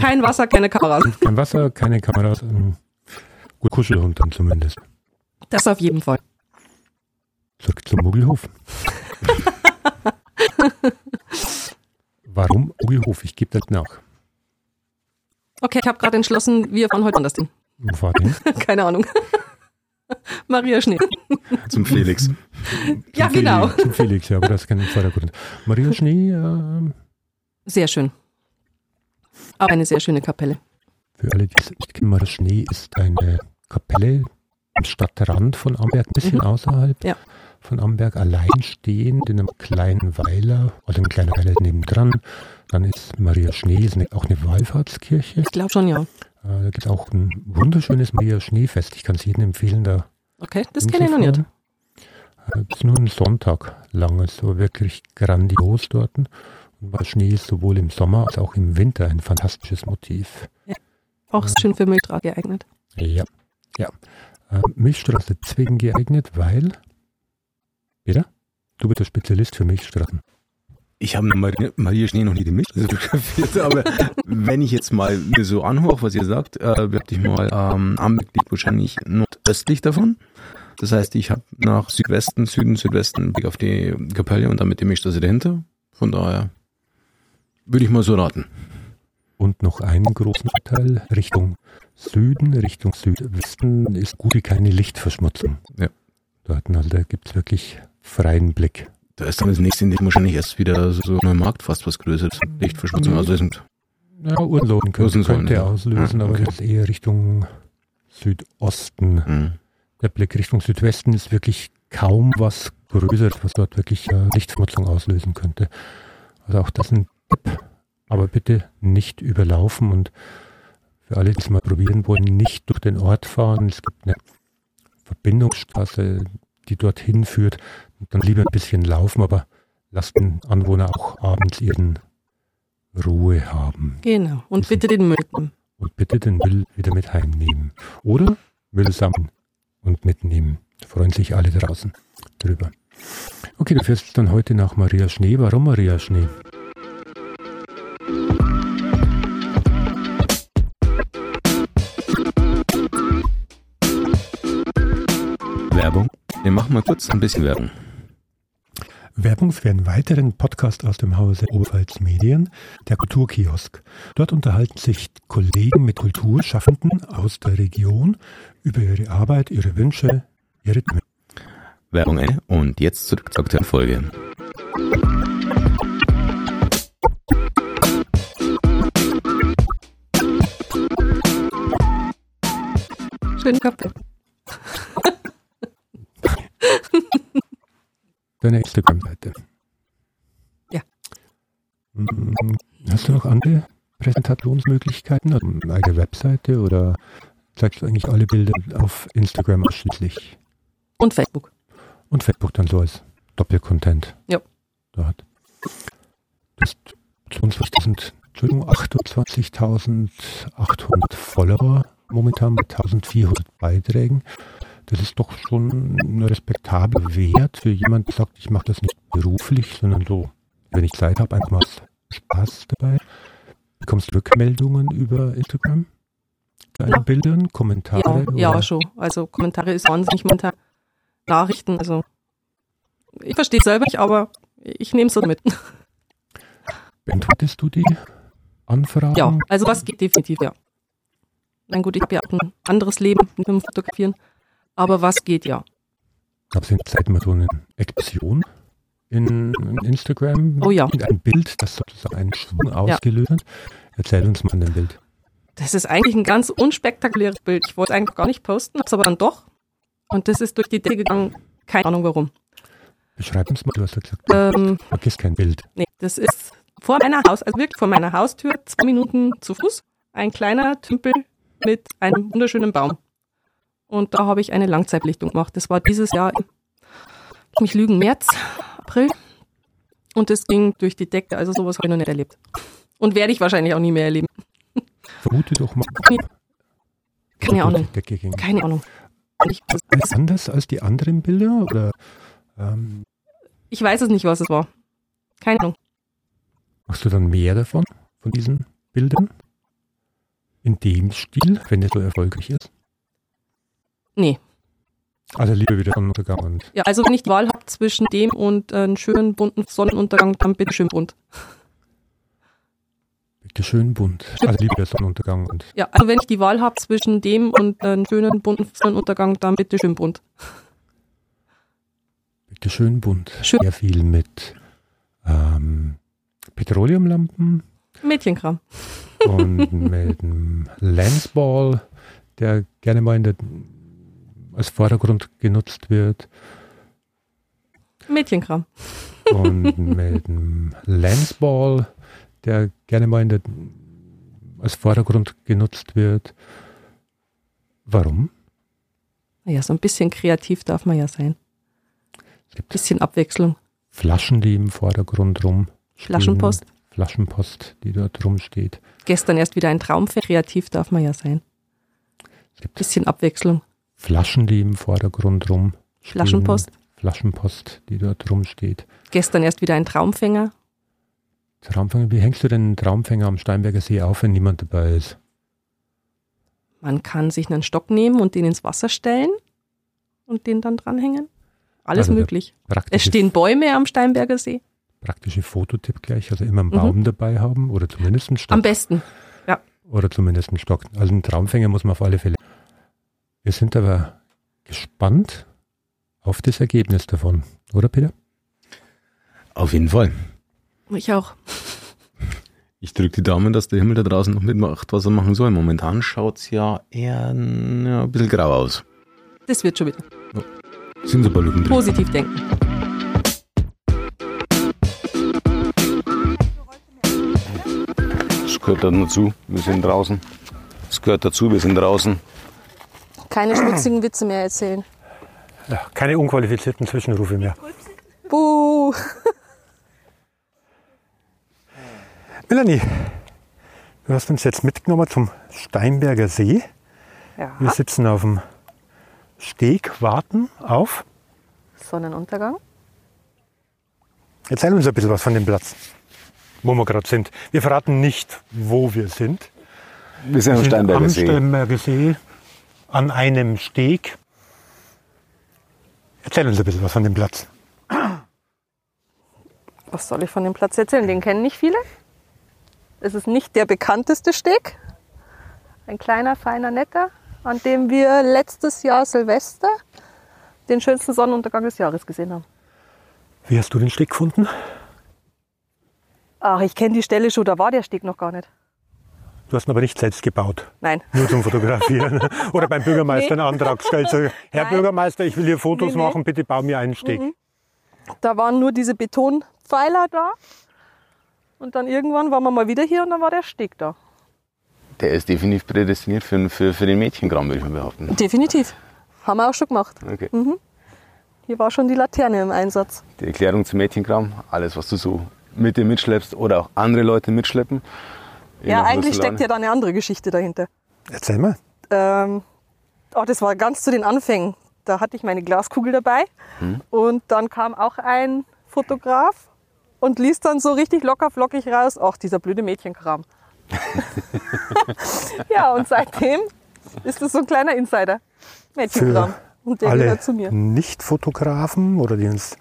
Kein Wasser, keine Kameras.
kein Wasser, keine Kameras, ähm, gut Kuschelhund dann zumindest.
Das auf jeden Fall.
Zurück zum Muggelhof. Warum Muggelhof? Ich gebe das nach.
Okay, ich habe gerade entschlossen, wir fahren heute anders hin.
Wo fahrt ihr hin?
Keine Ahnung. Maria Schnee.
Zum Felix.
Ja,
Zum Felix-
genau.
Zum Felix, ja, aber das ist kein Vordergrund. Maria Schnee, ähm,
Sehr schön. Aber eine sehr schöne Kapelle.
Für alle, die es nicht kennen, Mara Schnee ist eine Kapelle am Stadtrand von Amberg, ein bisschen außerhalb
Mhm. Ja.
von Amberg, alleinstehend in einem kleinen Weiler, also ein kleiner Weiler ist nebendran. Dann ist Maria Schnee, ist eine, auch eine Wallfahrtskirche. Äh,
Ich glaube schon, ja.
da gibt es auch ein wunderschönes Maria Schneefest. Ich kann es jedem empfehlen, da
Okay, das kenne ich noch nicht.
Es ist nur ein Sonntag lang, es war wirklich grandios dort. Und Maria Schnee ist sowohl im Sommer als auch im Winter ein fantastisches Motiv.
Auch schön für Milchdraht geeignet.
Ja, ja. Äh, Milchstraße Zwingen geeignet, weil. Peter, du bist der Spezialist für Milchstraßen.
Ich habe Maria, Maria Schnee noch nie die Milch fotografiert, aber wenn ich jetzt mal mir so anhöre, was ihr sagt, äh, werde ich mal, ähm, Amberg liegt wahrscheinlich nordöstlich davon. Das heißt, ich habe nach Südwesten, Süden, Südwesten einen Blick auf die Kapelle und dann mit der Milchstraße dahinter. Von daher würde ich mal so raten.
und noch einen großen Teil Richtung Süden, Richtung Südwesten ist gut wie keine Lichtverschmutzung.
Ja.
Dort na, da gibt es wirklich freien Blick.
Da ist dann das nächste Ding wahrscheinlich erst wieder so so ein Markt fast was Größeres. Lichtverschmutzung, also sind
Ja, Urlaub könnte,
Lösen sollen,
könnte
ja.
auslösen,
Ja,
aber
okay.
jetzt eher Richtung Südosten.
hm,
Der Blick Richtung Südwesten ist wirklich kaum was Größeres, was dort wirklich äh, Lichtverschmutzung auslösen könnte. Also auch das ein Tipp. Aber bitte nicht überlaufen und für alle, die es mal probieren wollen, nicht durch den Ort fahren. Es gibt eine Verbindungsstraße, die dorthin führt. Dann lieber ein bisschen laufen, aber lasst den Anwohner auch abends ihren Ruhe haben.
Genau. Und bitte den Müll nehmen.
Und bitte den Müll wieder mit heimnehmen. Oder Müll sammeln und mitnehmen. Da freuen sich alle draußen drüber. Okay, du fährst dann heute nach Maria Schnee. Warum Maria Schnee?
Werbung. Wir machen mal kurz ein bisschen Werbung.
Werbung für einen weiteren Podcast aus dem Hause Oberpfalz Medien, der Kulturkiosk. Dort unterhalten sich Kollegen mit Kulturschaffenden aus der Region über ihre Arbeit, ihre Wünsche, ihre Träume.
Werbung, ey. Und jetzt zurück zur aktuellen Folge.
Schönen Kaffee.
Deine Instagram-Seite.
Ja.
Mm, Hast du noch andere Präsentationsmöglichkeiten? Also eine eigene Webseite oder zeigst du eigentlich alle Bilder auf Instagram ausschließlich?
Und Facebook.
Und Facebook dann so als Doppelcontent.
Ja.
Dort. Du hast 22.000, Entschuldigung, 28.800 Follower momentan mit 1.400 Beiträgen. Das ist doch schon ein respektabler Wert für jemand, der sagt, ich mache das nicht beruflich, sondern so, wenn ich Zeit habe, einfach mal aus Spaß dabei. Bekommst du Rückmeldungen über Instagram? Deine
Ja.
Bildern, Kommentare?
Ja, ja,
oder-
schon. Also Kommentare ist wahnsinnig momentan. Nachrichten, also ich verstehe selber nicht, aber ich nehme es so mit.
Beantwortest du die Anfragen?
Ja, also was geht definitiv, ja. Nein, gut, ich habe ja auch ein anderes Leben mit dem Fotografieren, aber was geht ja.
Gab es in der Zeit mal so eine Explosion in, in Instagram?
Oh ja.
Mit einem Bild, das sozusagen einen Schwung ausgelöst hat. Erzähl uns mal von dem Bild.
Das ist eigentlich ein ganz unspektakuläres Bild. Ich wollte es eigentlich gar nicht posten, hab's aber dann doch. Und das ist durch die Decke gegangen. Keine Ahnung warum.
Beschreib uns mal, du hast ja gesagt, du
Ähm,
vergisst kein Bild.
nee, das ist vor meiner Haus, also wirklich vor meiner Haustür, zwei Minuten zu Fuß, ein kleiner Tümpel mit einem wunderschönen Baum. Und da habe ich eine Langzeitlichtung gemacht. Das war dieses Jahr, im- lass mich lügen, März, April. Und das ging durch die Decke. Also sowas habe ich noch nicht erlebt. Und werde ich wahrscheinlich auch nie mehr erleben.
Vermute doch mal.
Nee. Keine Ahnung.
Decke ging.
Keine Ahnung. Ich,
Alles anders als die anderen Bilder? Oder ähm,
ich weiß es nicht, was es war. Keine Ahnung.
machst du dann mehr davon, von diesen Bildern? In dem Stil, wenn der so erfolgreich ist?
Nee.
Also lieber wieder von Untergang und
Ja, also wenn ich die Wahl habe zwischen dem und äh, einem schönen bunten Sonnenuntergang, dann bitte schön bunt.
bitte schön bunt. Also lieber der Sonnenuntergang und
Ja, also wenn ich die Wahl habe zwischen dem und einem schönen bunten Sonnenuntergang, dann bitte schön bunt.
Bitte schön bunt.
Schön.
Sehr viel mit ähm, Petroleumlampen
Mädchenkram.
und mit einem Lensball, der gerne mal in der, als Vordergrund genutzt wird.
Mädchenkram.
Und mit einem Lensball, der gerne mal in der, als Vordergrund genutzt wird. Warum?
Naja, so ein bisschen kreativ darf man ja sein.
Es gibt
Bisschen Abwechslung.
Flaschen, die im Vordergrund rum.
Flaschenpost.
Mhm. Flaschenpost, die dort rumsteht.
Gestern erst wieder ein Traum. Kreativ darf man ja sein.
Es gibt
Bisschen Abwechslung.
Flaschen, die im Vordergrund rum.
Flaschenpost.
Mhm. Flaschenpost, die dort rumsteht.
Gestern erst wieder ein Traumfänger.
Traumfänger, wie hängst du denn einen Traumfänger am Steinberger See auf, wenn niemand dabei ist?
Man kann sich einen Stock nehmen und den ins Wasser stellen und den dann dranhängen. Alles
Also der-
möglich. Es
Praktische,
stehen Bäume am Steinberger See.
praktische Fototipp gleich, also immer einen Baum dabei haben oder zumindest einen Stock.
Mhm. Am besten.
Oder zumindest einen Stock. Also einen Traumfänger muss man auf alle Fälle. Wir sind aber gespannt auf das Ergebnis davon, oder Peter?
Auf jeden Fall.
Ich auch.
Ich drücke die Daumen, dass der Himmel da draußen noch mitmacht, was er machen soll. Momentan schaut es ja eher mm, ja, ein bisschen grau aus.
Das wird schon wieder.
Sind so ein paar Lücken drin.
Positiv denken.
Das gehört dann dazu. Wir sind draußen. Das gehört dazu. Wir sind draußen.
Keine schmutzigen Witze mehr erzählen.
Ja, keine unqualifizierten Zwischenrufe mehr.
Buh.
Melanie, du hast uns jetzt mitgenommen zum Steinberger See.
Ja,
Wir sitzen auf dem Steg, warten auf.
Sonnenuntergang.
Erzähl uns ein bisschen was von dem Platz, wo wir gerade sind. Wir verraten nicht, wo wir sind.
Wir sind am
Wir sind
Steinberger
am
See.
Steinberger See an einem Steg. Erzähl uns ein bisschen was von dem Platz.
Was soll ich von dem Platz erzählen? Den kennen nicht viele. Es ist nicht der bekannteste Steg. Ein kleiner, feiner, netter, an dem wir letztes Jahr Silvester den schönsten Sonnenuntergang des Jahres gesehen haben.
Wie hast du den Steg gefunden?
Ach, ich kenne die Stelle schon, da war der Steg noch gar nicht.
Du hast ihn aber nicht selbst gebaut,
Nein.
nur zum Fotografieren. Oder beim Bürgermeister
Nee.
einen Antrag gestellt. So, Herr
Nein.
Bürgermeister, ich will hier Fotos
Nee, Mhm. nee.
machen, bitte bau mir einen Steg.
Da waren nur diese Betonpfeiler da. Und dann irgendwann waren wir mal wieder hier und dann war der Steg da.
Der ist definitiv prädestiniert für, für, für den Mädchenkram, würde ich mal behaupten.
Definitiv. Haben wir auch schon gemacht.
Okay.
Hier war schon die Laterne im Einsatz.
Die Erklärung zum Mädchenkram, alles, was du so mit dir mitschleppst oder auch andere Leute mitschleppen. Je
Ja,
nach
eigentlich
Lust und
steckt ja
Laune.
da eine andere Geschichte dahinter.
Erzähl mal.
Ähm, oh, das war ganz zu den Anfängen. Da hatte ich meine Glaskugel dabei und dann kam auch ein Fotograf und ließ dann so richtig locker flockig raus, ach, dieser blöde Mädchenkram. ja, und seitdem ist es so ein kleiner Insider. Mädchenkram. Und der
alle
gehört zu mir.
Nicht-Fotografen oder die uns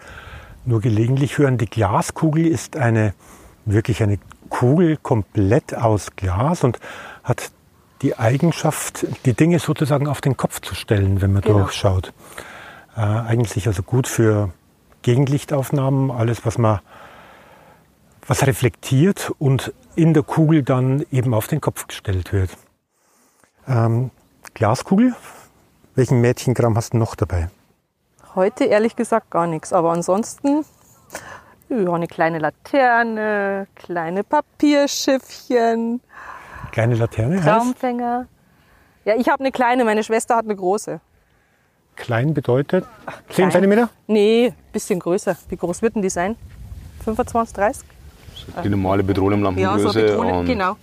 nur gelegentlich hören, die Glaskugel ist eine wirklich eine Kugel komplett aus Glas und hat die Eigenschaft, die Dinge sozusagen auf den Kopf zu stellen, wenn man
Genau.
durchschaut. Äh, eigentlich also gut für Gegenlichtaufnahmen, alles was man was reflektiert und in der Kugel dann eben auf den Kopf gestellt wird. Ähm, Glaskugel, welchen Mädchenkram hast du noch dabei?
Heute ehrlich gesagt gar nichts, aber ansonsten ja, eine kleine Laterne, kleine Papierschiffchen,
Kleine Laterne heißt?
Traumfänger. Ja, ich habe eine kleine, meine Schwester hat eine große.
Klein bedeutet 10
klein.
Zentimeter?
Nee, bisschen größer. Wie groß wird denn die sein? 25, 30?
Die normale Petroleumlampengröße. und
genau.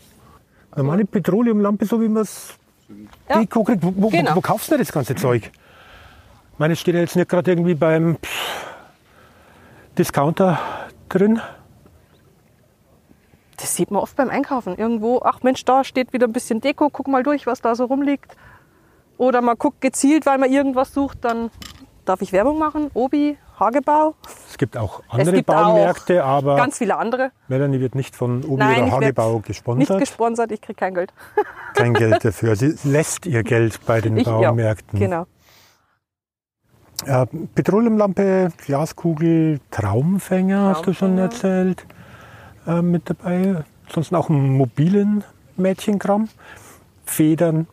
Normale Also Petroleumlampe, so wie man es
Ja.
Deko kriegt. Wo, wo,
Genau.
wo kaufst du das ganze Zeug? Ich meine, es steht ja jetzt nicht gerade irgendwie beim pff, Discounter drin.
Das sieht man oft beim Einkaufen. Irgendwo, ach Mensch, da steht wieder ein bisschen Deko, guck mal durch, was da so rumliegt. Oder man guckt gezielt, weil man irgendwas sucht, dann darf ich Werbung machen. Obi, Hagebau,
Es gibt auch andere
gibt auch
Baumärkte, aber
ganz viele andere.
Melanie wird nicht von Obi
Nein,
oder
ich werd
Hagebau
Nicht
gesponsert.
gesponsert, ich krieg kein Geld.
Kein Geld dafür. Sie lässt ihr Geld bei den
Ich, ja,
Baumärkten.
genau.
Äh, Petroleumlampe, Glaskugel, Traumfänger, hast du schon
Traumfänger.
erzählt, äh, mit dabei. Sonst auch einen mobilen Mädchenkram. Federn,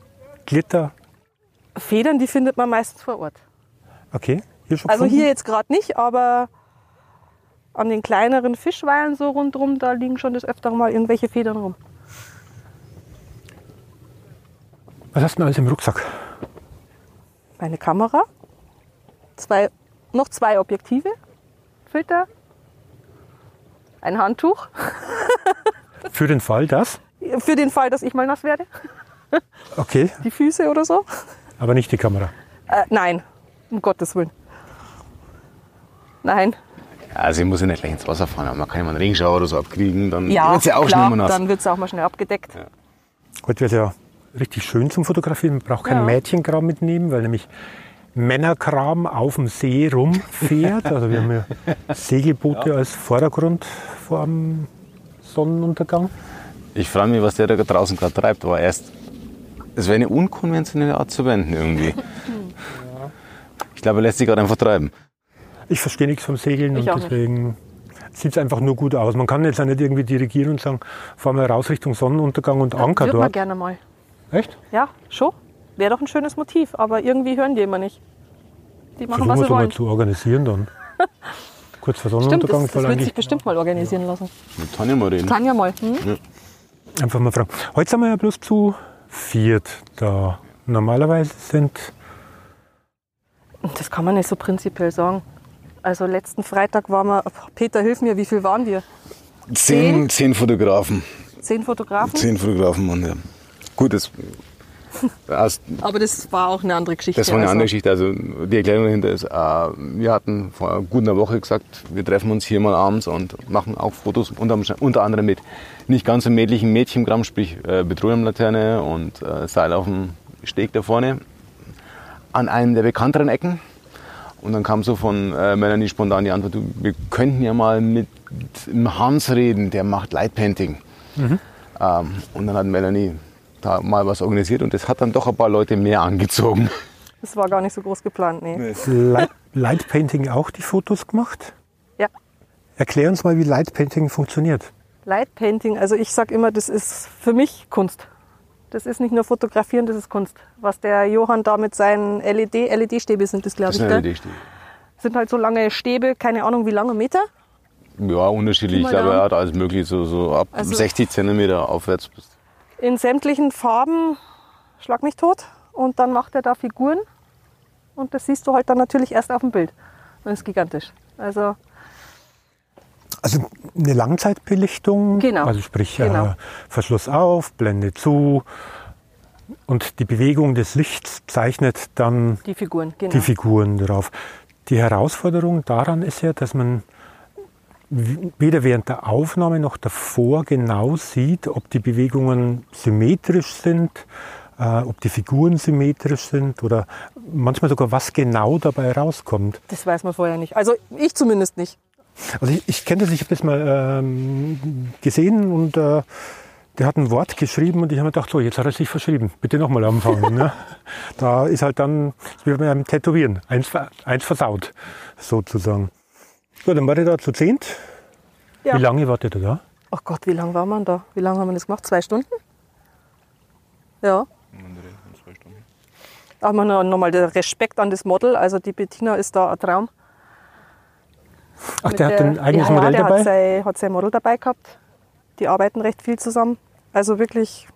Glitter.
Federn, die findet man meistens vor Ort.
Okay, hier schon
Also
gefunden?
hier jetzt gerade nicht, aber an den kleineren Fischweilen so rundrum, da liegen schon des Öfteren mal irgendwelche Federn rum.
Was hast du denn alles im Rucksack?
Meine Kamera, zwei, noch zwei Objektive, Filter, ein Handtuch
Für den Fall das?
für den Fall, dass ich mal nass werde,
Okay,
die Füße oder so.
aber nicht die Kamera.
Äh, nein, um Gottes Willen. Nein,
Also ich muss ja nicht gleich ins Wasser fahren, aber man kann ja mal einen Regenschauer oder so abkriegen, dann
ja,
wird's ja auch
klar,
schnell mal nass.
dann wird es auch mal schnell abgedeckt.
Heute wird ja richtig schön zum Fotografieren. Man braucht keinen
Ja.
Mädchenkram mitnehmen, weil nämlich Männerkram auf dem See rumfährt. Also wir haben ja Segelboote als Vordergrund vor dem Sonnenuntergang.
ich frage mich, was der da draußen gerade treibt, aber erst, es wäre eine unkonventionelle Art zu wenden irgendwie. Ich glaube, er lässt sich gerade einfach treiben.
Ich verstehe nichts vom Segeln
Ich
und
auch nicht.
deswegen sieht es einfach nur gut aus. Man kann jetzt auch nicht irgendwie dirigieren und sagen, fahren wir raus Richtung Sonnenuntergang und Anker
Würde man
dort.
gerne mal.
Echt?
Ja, schon. Wäre doch ein schönes Motiv, aber irgendwie hören die immer nicht. Die machen,
Versuchen wir
was
es
sie
mal
wollen.
zu organisieren dann. Kurz vor
Stimmt, das,
Sonnenuntergang
das
soll
wird
eigentlich
sich bestimmt mal organisieren lassen.
Mit Tanja mal reden.
Tanja mal. Hm?
einfach mal fragen. Heute sind wir ja bloß zu viert da. Normalerweise sind
Das kann man nicht so prinzipiell sagen. Also letzten Freitag waren wir, Peter, hilf mir, wie viel waren wir?
Zehn, zehn Fotografen.
Zehn Fotografen?
Zehn Fotografen und ja. Gut, das, das,
Aber das war auch eine andere Geschichte.
das war eine
also.
andere Geschichte. Also die Erklärung dahinter ist, äh, wir hatten vor gut einer Woche gesagt, wir treffen uns hier mal abends und machen auch Fotos, unter, unter anderem mit nicht ganz so mädlichen Mädchengramm, sprich äh, Petroleumlaterne und äh, Seil auf dem Steg da vorne, an einem der bekannteren Ecken. Und dann kam so von äh, Melanie spontan die Antwort, du, wir könnten ja mal mit dem Hans reden, der macht Lightpainting. Ähm, und dann hat Melanie da mal was organisiert und das hat dann doch ein paar Leute mehr angezogen.
Das war gar nicht so groß geplant, nee.
Light, Lightpainting auch die Fotos gemacht.
Ja.
Erklär uns mal, wie Lightpainting funktioniert.
Lightpainting, also ich sag immer, das ist für mich Kunst. Das ist nicht nur Fotografieren, das ist Kunst. Was der Johann da mit seinen E LED, LED-Stäbe sind das, glaube
Das E
ich,
ist eine
gell?
Idee. Steve.
sind halt so lange Stäbe, keine Ahnung wie lange Meter.
Ja, unterschiedlich.
Pi mal
Ich glaube,
Daumen.
er hat alles mögliche, so, so ab
Also-
60 Zentimeter aufwärts.
in sämtlichen Farben, schlag mich tot. Und dann macht er da Figuren. Und das siehst du halt dann natürlich erst auf dem Bild. Das ist gigantisch. Also
Also eine Langzeitbelichtung,
Genau.
also sprich
Genau.
äh, Verschluss auf, Blende zu und die Bewegung des Lichts zeichnet dann
die Figuren, genau.
die Figuren drauf. Die Herausforderung daran ist ja, dass man w- weder während der Aufnahme noch davor genau sieht, ob die Bewegungen symmetrisch sind, äh, ob die Figuren symmetrisch sind oder manchmal sogar, was genau dabei rauskommt.
das weiß man vorher nicht. Also ich zumindest nicht.
Also ich, ich kenne das, ich habe das mal ähm, gesehen und äh, der hat ein Wort geschrieben und ich habe mir gedacht, so, jetzt hat er sich verschrieben, bitte nochmal anfangen. ne? Da ist halt dann, ist wie bei einem Tätowieren, eins, ver- eins versaut, sozusagen. Gut, dann war der da zu zehnt.
Ja.
Wie lange wartet er da?
Ach Gott, wie lange war man da? Wie lange haben wir das gemacht? Zwei Stunden? Ja. Da haben wir nochmal den Respekt an das Model. Also die Bettina ist da ein Traum.
Ach,
Mit
der hat
der-
ein eigenes
ja,
Modell
ja, der
dabei?
Hat sein, hat sein Model dabei gehabt. Die arbeiten recht viel zusammen. Also wirklich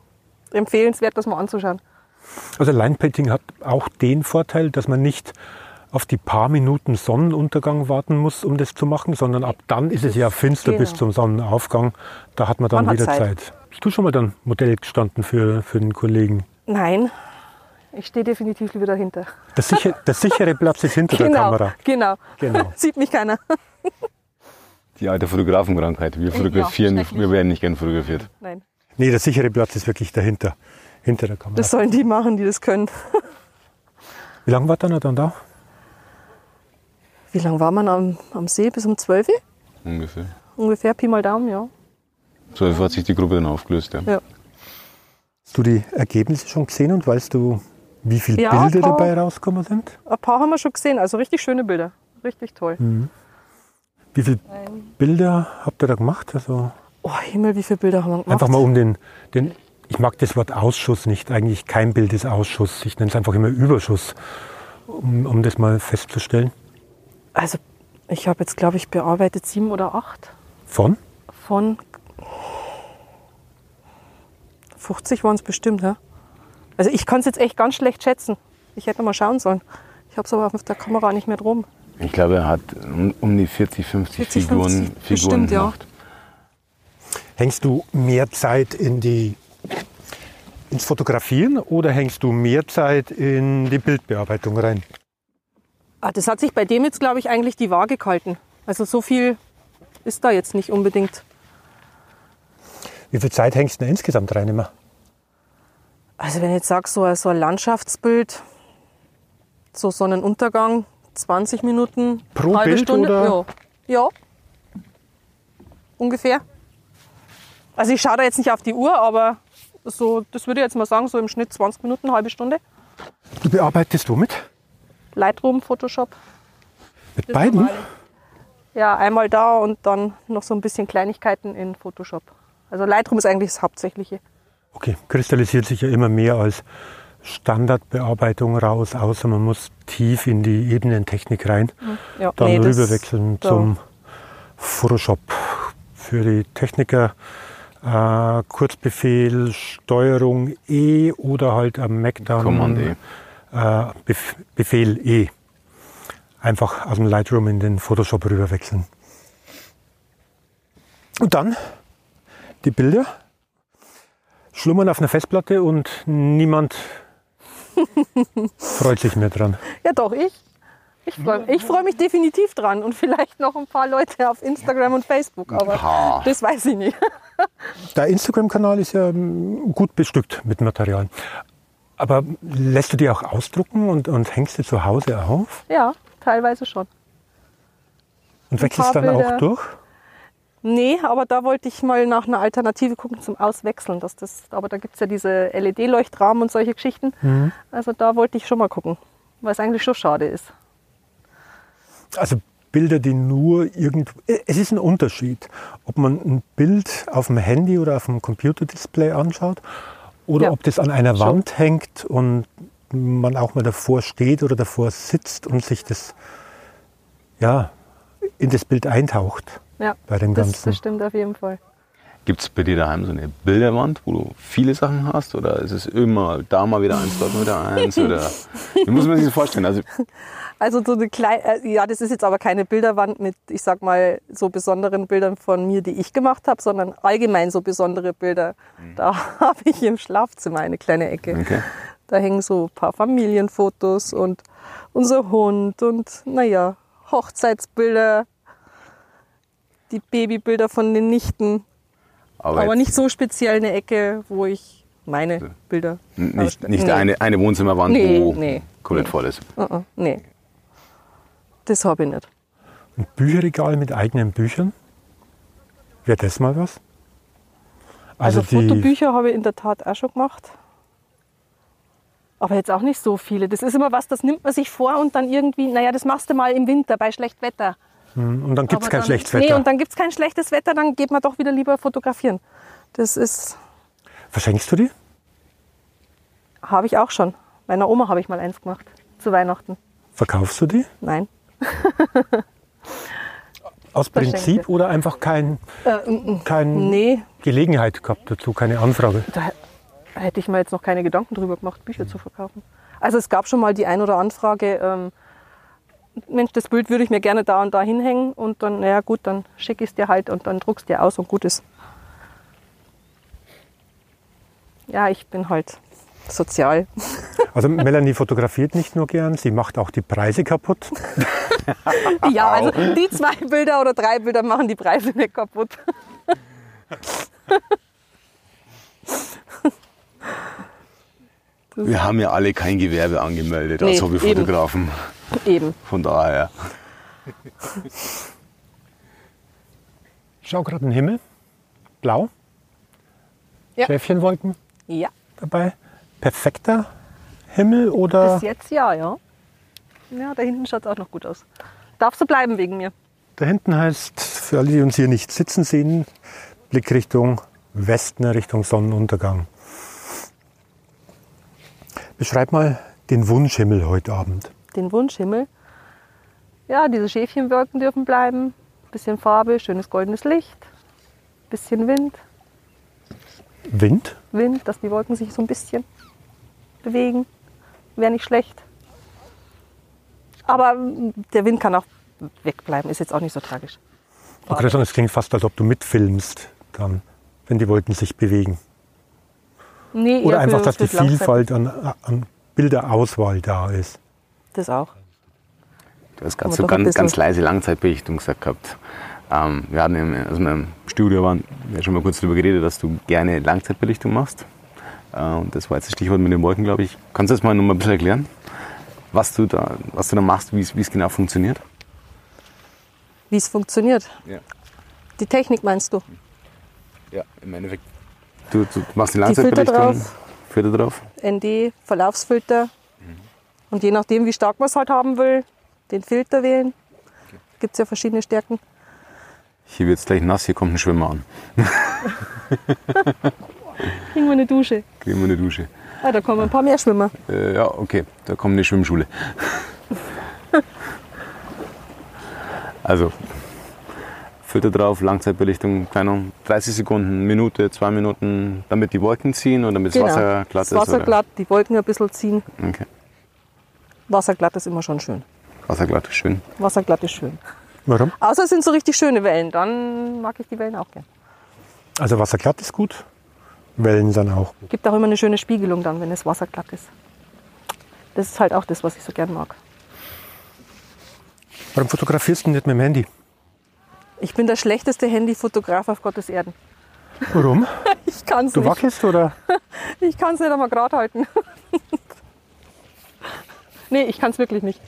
empfehlenswert, das mal anzuschauen.
Also Linepainting hat auch den Vorteil, dass man nicht auf die paar Minuten Sonnenuntergang warten muss, um das zu machen, sondern ab dann ist es ja finster
Genau.
bis zum Sonnenaufgang. Da hat man dann
Man hat
wieder
Zeit.
Zeit. Bist du schon mal dann Modell gestanden für, für den Kollegen?
Nein, ich stehe definitiv lieber dahinter.
Der, sicher, der sichere Platz ist hinter der
genau,
Kamera.
genau.
Genau.
Sieht mich keiner.
Die alte Fotografenkrankheit. Wir fotografieren,
Äh, schrecklich.
wir werden nicht gern fotografiert.
Nein,
Nee, der sichere Platz ist wirklich dahinter. Hinter der Kamera.
das sollen die machen, die das können.
Wie lange war er dann da?
Wie lange war man am, am See? Bis um 12 Uhr?
Ungefähr.
Ungefähr Pi mal Daumen, ja.
So hat sich die Gruppe dann aufgelöst. Ja.
Ja,
Hast du die Ergebnisse schon gesehen und weißt du, wie viele
Ja,
Bilder
paar.
dabei rausgekommen sind?
ein paar haben wir schon gesehen. Also richtig schöne Bilder. Richtig toll.
Mhm. Wie viele Bilder habt ihr da gemacht? Also
Oh Himmel, wie viele Bilder haben wir gemacht?
Einfach mal um den, den, ich mag das Wort Ausschuss nicht, eigentlich kein Bild ist Ausschuss, ich nenne es einfach immer Überschuss, um, um das mal festzustellen.
Also ich habe jetzt, glaube ich, bearbeitet sieben oder acht.
Von?
von 50 waren es bestimmt, ja. Also ich kann es jetzt echt ganz schlecht schätzen. Ich hätte noch mal schauen sollen. Ich habe es aber auf der Kamera nicht mehr drum.
Ich glaube, er hat um, um die 40, 50
40,
Figuren,
50,
Figuren
bestimmt, ja.
gemacht.
Hängst du mehr Zeit in die, ins Fotografieren oder hängst du mehr Zeit in die Bildbearbeitung rein?
Ah, das hat sich bei dem jetzt, glaube ich, eigentlich die Waage gehalten. Also so viel ist da jetzt nicht unbedingt.
Wie viel Zeit hängst du denn insgesamt rein immer?
Also wenn ich jetzt sag so, ein- so ein Landschaftsbild, so Sonnenuntergang, 20 Minuten,
Pro
halbe
Bild
Stunde.
oder?
Ja. ja. Ungefähr. Also ich schaue da jetzt nicht auf die Uhr, aber so, das würde ich jetzt mal sagen, so im Schnitt 20 Minuten, halbe Stunde.
Du bearbeitest womit?
Lightroom, Photoshop.
Mit
das
beiden?
normale. Ja, einmal da und dann noch so ein bisschen Kleinigkeiten in Photoshop. Also Lightroom ist eigentlich das Hauptsächliche.
Okay, kristallisiert sich ja immer mehr als Standardbearbeitung raus, außer man muss tief in die Ebenentechnik rein,
Ja,
dann
nee, das-
rüberwechseln
da-
zum Photoshop. Für die Techniker äh, Kurzbefehl, Steuerung E oder halt am Mac dann
Command E.
Äh, Bef Befehl E. Einfach aus dem Lightroom in den Photoshop rüberwechseln. Und dann die Bilder schlummern auf einer Festplatte und niemand freut sich mehr dran.
Ja, doch, ich. Ich freue ich freu mich definitiv dran und vielleicht noch ein paar Leute auf Instagram und Facebook, aber das weiß ich nicht.
Der Instagram-Kanal ist ja mm, gut bestückt mit Material. Aber lässt du die auch ausdrucken und, und hängst du zu Hause auf
Ja, teilweise schon.
und
Ein
wechselst
paar
dann auch
Bilder.
durch?
Nee, aber da wollte ich mal nach einer Alternative gucken zum Auswechseln. Dass das, aber da gibt es ja diese LED-Leuchtrahmen und solche Geschichten.
Mhm.
Also da wollte ich schon mal gucken, weil es eigentlich schon schade ist.
Also Bilder, die nur irgend... äh, Es ist ein Unterschied, ob man ein Bild auf dem Handy oder auf dem Computerdisplay anschaut oder
Ja.
ob das an einer
Schon.
Wand hängt und man auch mal davor steht oder davor sitzt und sich das ja, in das Bild eintaucht.
Ja,
Bei dem
das,
Ganzen.
das stimmt auf jeden Fall.
Gibt es bei dir daheim so eine Bilderwand, wo du viele Sachen hast? Oder ist es immer da mal wieder eins, dort mal wieder eins? Oder wie muss man sich das vorstellen? Also
Also so eine kleine, äh, ja, das ist jetzt aber keine Bilderwand mit, ich sag mal, so besonderen Bildern von mir, die ich gemacht habe, sondern allgemein so besondere Bilder. Da habe ich im Schlafzimmer eine kleine Ecke.
Mhm. Okay.
Da hängen so ein paar Familienfotos und unser Hund und naja, Hochzeitsbilder, die Babybilder von den Nichten,
Aber,
aber
jetzt
nicht so speziell eine Ecke, wo ich meine Bilder.
nicht,
ausstelle.
nicht
Nee.
eine, eine Wohnzimmerwand,
Nee,
wo
nee,
komplett
nee.
voll ist.
Uh-uh, nee. Das habe ich nicht.
Ein Bücherregal mit eigenen Büchern? Wäre das mal was?
Also,
die,
Fotobücher habe ich in der Tat auch schon gemacht. Aber jetzt auch nicht so viele. Das ist immer was, das nimmt man sich vor und dann irgendwie, naja, das machst du mal im Winter bei schlechtem Wetter.
und dann gibt es
Aber
kein
dann-
schlechtes
Nee,
Wetter.
und dann gibt es kein schlechtes Wetter, dann geht man doch wieder lieber fotografieren. Das ist,
Verschenkst du die?
habe ich auch schon. Meiner Oma habe ich mal eins gemacht. Zu Weihnachten.
Verkaufst du die?
Nein.
Aus
Verschenkte.
Prinzip oder einfach kein, kein
Äh, Nee,
Gelegenheit gehabt dazu, keine Anfrage?
da hätte ich mir jetzt noch keine Gedanken drüber gemacht, Bücher zu verkaufen. Also es gab schon mal die ein oder Anfrage, ähm, Mensch, das Bild würde ich mir gerne da und da hinhängen und dann, naja gut, dann schicke ich es dir halt und dann druckst dir aus und gut ist. Ja, ich bin halt sozial.
Also Melanie fotografiert nicht nur gern, sie macht auch die Preise kaputt.
Ja, also die zwei Bilder oder drei Bilder machen die Preise nicht kaputt.
Wir haben ja alle kein Gewerbe angemeldet als
Nee,
Hobbyfotografen.
Eben.
Von daher.
Ich Schau gerade in den Himmel. Blau.
Ja.
Schäfchenwolken
Ja,
dabei. Perfekter Himmel oder
bis jetzt ja, ja. Ja, da hinten schaut es auch noch gut aus. Darfst du bleiben wegen mir?
Da hinten heißt, für alle, die uns hier nicht sitzen sehen, Blickrichtung Westen, Richtung Sonnenuntergang. Beschreib mal den Wunschhimmel heute Abend.
den Wunschhimmel. Ja, diese Schäfchenwolken dürfen bleiben. Bisschen Farbe, schönes goldenes Licht, bisschen Wind,
Wind?
Wind, dass die Wolken sich so ein bisschen bewegen. Wäre nicht schlecht. Aber mm, der Wind kann auch wegbleiben, ist jetzt auch nicht so tragisch.
Man könnte sagen, es klingt fast, als ob du mitfilmst, dann, wenn die Wolken sich bewegen.
Nee, eher
Oder
für-
einfach, dass die
fürs Langzeit-
Vielfalt an, an Bilderauswahl da ist.
Das auch.
Du hast gerade
Aber
so
doch ein
ganz,
bisschen.
ganz leise Langzeitbelichtung gesagt gehabt. Ähm, wir hatten im, also im Studio waren, wir haben schon mal kurz darüber geredet, dass du gerne Langzeitbelichtung machst. Äh, und das war jetzt das Stichwort mit den Wolken, glaube ich. Kannst du das mal noch mal ein bisschen erklären, was du da, was du da machst, wie es wie es genau funktioniert?
Wie es funktioniert.
Ja.
Die Technik meinst du?
Ja, im Endeffekt. Du, du machst die
Die Filter
Langzeitbelichtung,
drauf,
Filter drauf.
ND, Verlaufsfilter.
Mhm.
Und je nachdem, wie stark man es halt haben will, den Filter wählen. Gibt es ja verschiedene Stärken.
Hier wird es gleich nass, hier kommt ein Schwimmer an.
Kriegen wir eine Dusche.
Kriegen wir eine Dusche.
Ah, da kommen ein paar mehr Schwimmer.
Äh, ja, okay, da kommt eine Schwimmschule. also, Filter drauf, Langzeitbelichtung, Kleinung, 30 Sekunden, Minute, zwei Minuten, damit die Wolken ziehen und damit das Wasser glatt
Genau. das Wasser
ist. oder?
glatt, die Wolken ein bisschen ziehen.
Okay.
Wasser glatt ist immer schon schön.
Wasser glatt ist schön.
Wasser glatt ist schön.
Warum?
Außer es sind so richtig schöne Wellen, dann mag ich die Wellen auch gern.
Also wasserglatt ist gut, Wellen sind auch gut.
Gibt auch immer eine schöne Spiegelung dann, wenn es wasserglatt ist. Das ist halt auch das, was ich so gern mag.
Warum fotografierst du nicht mit dem Handy?
Ich bin der schlechteste Handyfotograf auf Gottes Erden.
Warum?
Ich kann es
Du
nicht.
wackelst oder?
Ich kann es nicht einmal gerade halten. nee, ich kann es wirklich nicht.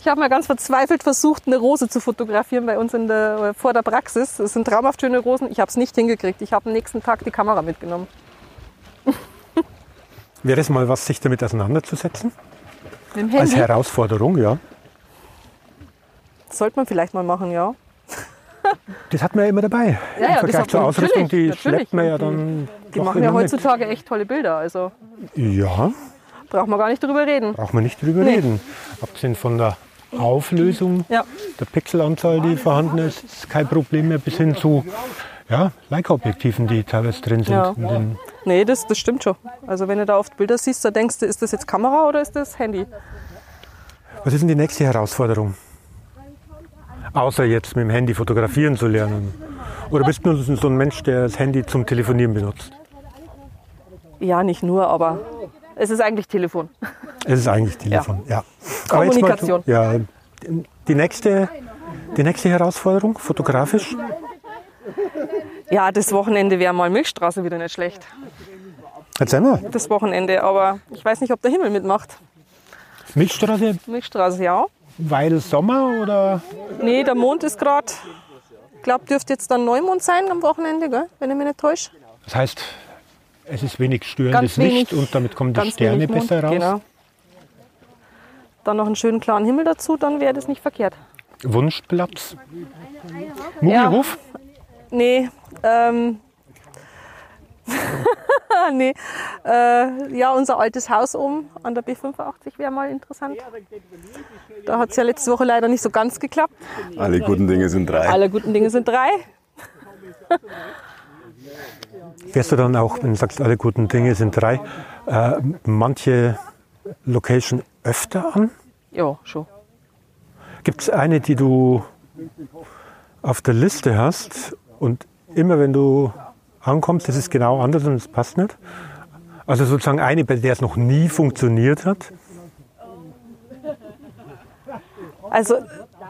Ich habe mal ganz verzweifelt versucht, eine Rose zu fotografieren bei uns in der, äh, vor der Praxis. Es sind traumhaft schöne Rosen. Ich habe es nicht hingekriegt. Ich habe am nächsten Tag die Kamera mitgenommen.
Wäre es mal was, sich damit auseinanderzusetzen?
Mit dem
Als
Handy.
Herausforderung, ja.
Sollte man vielleicht mal machen, ja.
Das hat man ja immer dabei.
ja,
Im
das
Vergleich
hat
zur
man-
Ausrüstung, die
natürlich, natürlich.
schleppt man ja dann.
Die
doch
machen ja
immer mit.
heutzutage echt tolle Bilder. Also
Ja,
braucht man gar nicht drüber reden.
braucht man nicht drüber
Nee.
reden. Abgesehen von der Auflösung,
Ja.
der Pixelanzahl, die vorhanden ist, ist kein Problem mehr, bis hin zu ja, Leica-Objektiven, die teilweise drin sind.
Ja.
In den,
Nee, das, das stimmt schon. Also wenn du da oft Bilder siehst, da denkst du, ist das jetzt Kamera oder ist das Handy?
was ist denn die nächste Herausforderung? Außer jetzt mit dem Handy fotografieren zu lernen. Oder bist du nur so ein Mensch, der das Handy zum Telefonieren benutzt?
Ja, nicht nur, aber es ist eigentlich Telefon.
Es ist eigentlich Telefon, ja. Aber jetzt mal zu-
Kommunikation.
ja, die nächste, die nächste Herausforderung, fotografisch.
Ja, das Wochenende wäre mal Milchstraße wieder nicht schlecht.
Erzähl mal,
Das Wochenende, aber ich weiß nicht, ob der Himmel mitmacht.
Milchstraße,
Milchstraße, ja.
weil Sommer oder?
Nee, der Mond ist gerade, ich glaube, dürfte jetzt dann Neumond sein am Wochenende, gell? wenn ich mich nicht täusche.
Das heißt, es ist wenig
Ganz
störendes
wenig-
Licht und damit kommen die Sterne
wenig Mond,
besser raus.
Genau. Dann noch einen schönen klaren Himmel dazu, dann wäre das nicht verkehrt.
Wunschplatz. Muggelhof?
Nee, ähm. nee. Äh, ja, unser altes Haus oben an der B85 wäre mal interessant. Da hat es ja letzte Woche leider nicht so ganz geklappt.
Alle guten Dinge sind drei.
Alle guten Dinge sind drei.
Wärst du dann auch, wenn du sagst, alle guten Dinge sind drei, äh, manche Location öfter an?
Ja, schon.
Gibt es eine, die du auf der Liste hast und immer wenn du ankommst, das ist genau anders und es passt nicht? Also sozusagen eine, bei der es noch nie funktioniert hat.
Also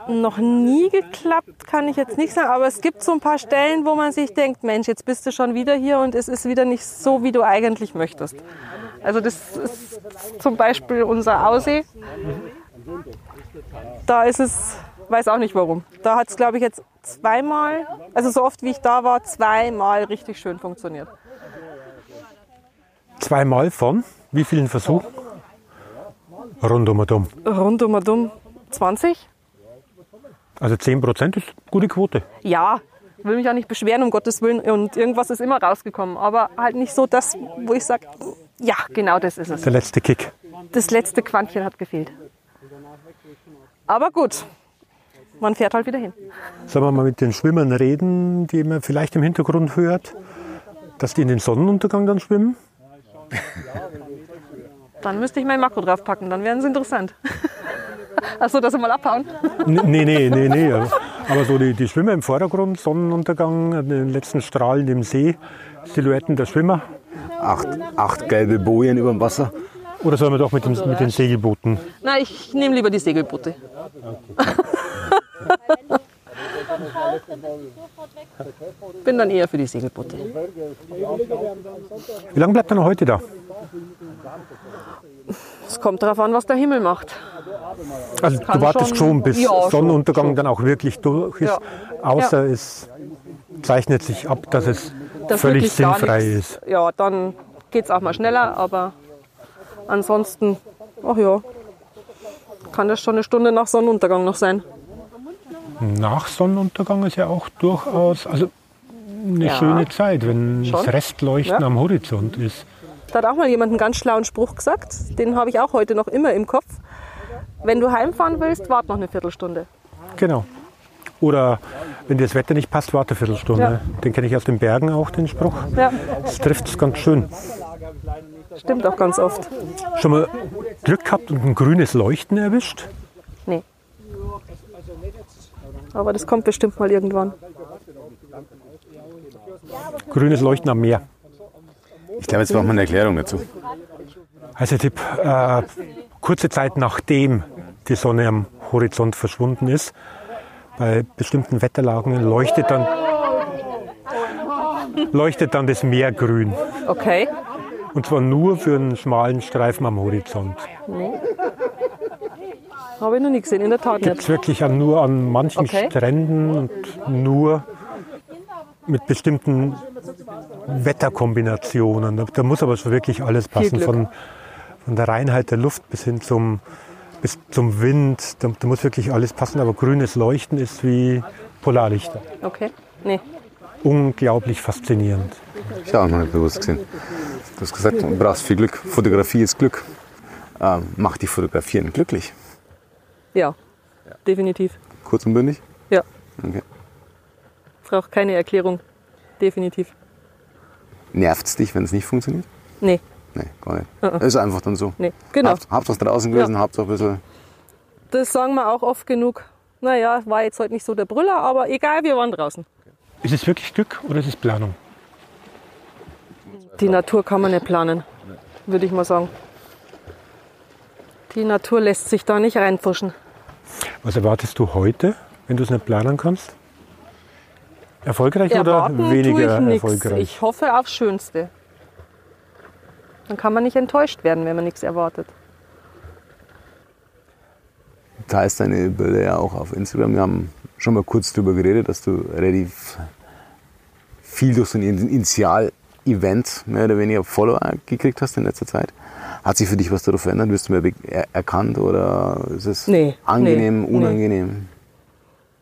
noch nie geklappt, kann ich jetzt nicht sagen, aber es gibt so ein paar Stellen, wo man sich denkt, Mensch, jetzt bist du schon wieder hier und es ist wieder nicht so, wie du eigentlich möchtest. Also das ist zum Beispiel unser Aussee. Da ist es, weiß auch nicht warum. Da hat es, glaube ich, jetzt zweimal, also so oft wie ich da war, zweimal richtig schön funktioniert.
Zweimal von wie vielen Versuchen? Rundum und um.
Rundum und um 20?
Also 10% ist gute Quote.
Ja, will mich auch nicht beschweren, um Gottes Willen. Und irgendwas ist immer rausgekommen. Aber halt nicht so das, wo ich sage, ja, genau das ist es.
Der letzte Kick.
Das letzte Quantchen hat gefehlt. Aber gut, man fährt halt wieder hin.
Sollen wir mal mit den Schwimmern reden, die man vielleicht im Hintergrund hört, dass die in den Sonnenuntergang dann schwimmen?
Dann müsste ich mein Makro draufpacken, dann wären sie interessant. Achso, dass sie mal abhauen.
N- Nee, nee, nee, nee. Aber aber so die, die Schwimmer im Vordergrund, Sonnenuntergang, äh, den letzten Strahlen im See, Silhouetten der Schwimmer.
Acht, acht gelbe Bojen über dem Wasser.
Oder sollen wir doch mit, dem, mit den Segelbooten?
Na, ich nehme lieber die Segelboote. Bin dann eher für die Segelboote.
Wie lange bleibt er noch heute da?
Es kommt darauf an, was der Himmel macht.
Also du
kann
wartest schon,
schon-
bis
Ja, schon,
Sonnenuntergang dann auch wirklich durch ist.
Ja.
Außer es zeichnet sich ab, dass es
das
Völlig
wirklich gar
sinnfrei
nichts,
ist.
Ja, dann geht's auch mal schneller, aber ansonsten, ach ja, kann das schon eine Stunde nach Sonnenuntergang noch sein.
Nach Sonnenuntergang ist ja auch durchaus also eine
Ja.
schöne Zeit, wenn
Schon.
das Restleuchten
Ja.
am Horizont ist.
Da hat auch mal jemand einen ganz schlauen Spruch gesagt, den habe ich auch heute noch immer im Kopf. Wenn du heimfahren willst, wart noch eine Viertelstunde.
Genau. Oder wenn dir das Wetter nicht passt, warte eine Viertelstunde. Den kenne ich aus den Bergen auch, den Spruch.
Ja,
Das trifft es ganz schön.
stimmt auch ganz oft.
Schon mal Glück gehabt und ein grünes Leuchten erwischt?
Nee. Aber das kommt bestimmt mal irgendwann.
Grünes Leuchten am Meer.
Ich glaube, jetzt braucht man eine Erklärung dazu.
Also Tipp, äh, kurze Zeit nachdem die Sonne am Horizont verschwunden ist, bei bestimmten Wetterlagen leuchtet dann, leuchtet dann das Meer grün.
Okay.
Und zwar nur für einen schmalen Streifen am Horizont.
Habe ich noch nie gesehen, in der Tat
Gibt es
nicht.
wirklich an, nur an manchen
Okay.
Stränden und nur mit bestimmten Wetterkombinationen. Da, da muss aber schon wirklich alles passen,
Glück.
von, von der Reinheit der Luft bis hin zum, bis zum Wind. Da, da muss wirklich alles passen, aber grünes Leuchten ist wie Polarlichter.
Okay. Nee.
Unglaublich faszinierend.
Ich habe auch noch nicht bewusst gesehen. Du hast gesagt, du brauchst viel Glück. Fotografie ist Glück. Ähm, mach die Fotografieren glücklich.
Ja, definitiv.
Kurz und bündig.
Ja,
Okay.
braucht keine Erklärung. Definitiv.
Nervt es dich, wenn es nicht funktioniert?
Nee,
Nee, gar nicht. Ist einfach dann so.
Uh-uh. nee, genau.
Haupt, Hauptsache draußen gewesen, Hauptsache ein bisschen.
Das sagen wir auch oft genug. Naja, war jetzt heute nicht so der Brüller, aber egal, wir waren draußen.
Ist es wirklich Glück oder ist es Planung?
Die Natur kann man nicht planen, würde ich mal sagen. Die Natur lässt sich da nicht reinpfuschen.
Was erwartest du heute, wenn du es nicht planen kannst? Erfolgreich
Erwarten
oder weniger
weniger tue ich nichts.
erfolgreich?
Ich hoffe aufs Schönste. Dann kann man nicht enttäuscht werden, wenn man nichts erwartet.
teilst deine Bilder ja auch auf Instagram. Wir haben schon mal kurz drüber geredet, dass du relativ viel durch so ein Initial-Event mehr oder weniger Follower gekriegt hast in letzter Zeit. Hat sich für dich was dadurch verändert? Wirst du mehr be- er- erkannt oder ist es
Nee,
angenehm,
nee,
unangenehm?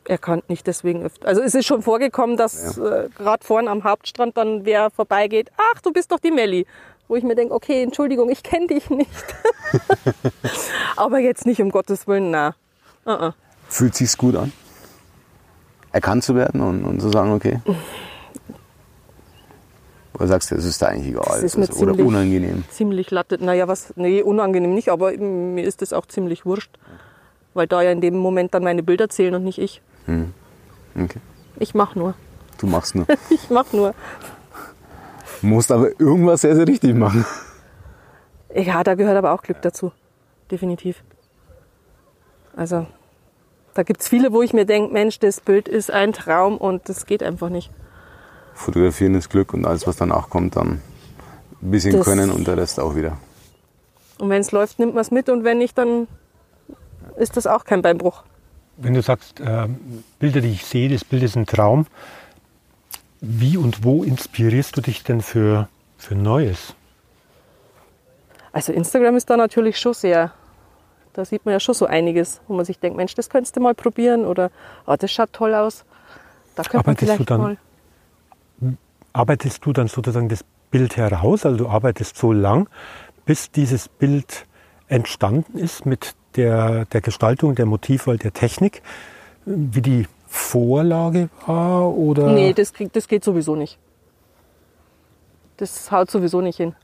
Er kann nicht deswegen öfter. Also es ist schon vorgekommen, dass äh, gerade vorne am Hauptstrand dann wer vorbeigeht, ach, du bist doch die Melli. Wo ich mir denke, okay, Entschuldigung, ich kenne dich nicht. Aber jetzt nicht, um Gottes Willen, na. Uh-uh.
Fühlt sich's gut an? Erkannt zu werden und, und zu sagen, okay. Oder sagst du, es ist da eigentlich egal?
Das ist mir
oder
ziemlich-
unangenehm?
Ziemlich lattet. Naja, was, nee, unangenehm nicht, aber eben, mir ist das auch ziemlich wurscht. Weil da ja in dem Moment dann meine Bilder zählen und nicht ich.
Okay.
Ich mach nur.
Du machst nur.
Ich mach nur.
Musst aber irgendwas sehr, sehr richtig machen.
Ja, da gehört aber auch Glück dazu. Definitiv. Also, da gibt's viele, wo ich mir denke, Mensch, das Bild ist ein Traum und das geht einfach nicht.
Fotografieren ist Glück und alles, was danach kommt, dann ein bisschen
Das-
können und der Rest auch wieder.
Und wenn es läuft, nimmt man es mit und wenn nicht, dann ist das auch kein Beinbruch.
Wenn du sagst, äh, Bilder, die ich sehe, das Bild ist ein Traum, wie und wo inspirierst du dich denn für, für Neues?
Also Instagram ist da natürlich schon sehr, da sieht man ja schon so einiges, wo man sich denkt, Mensch, das könntest du mal probieren oder oh, das schaut toll aus. Da könnte man
Arbeitest du
vielleicht
dann-
mal.
Arbeitest du dann sozusagen das Bild heraus, also du arbeitest so lang, bis dieses Bild entstanden ist mit der, der Gestaltung, der Motivwahl, der Technik, wie die Vorlage war oder?
Nee, das, krieg, das geht sowieso nicht. Das haut sowieso nicht hin.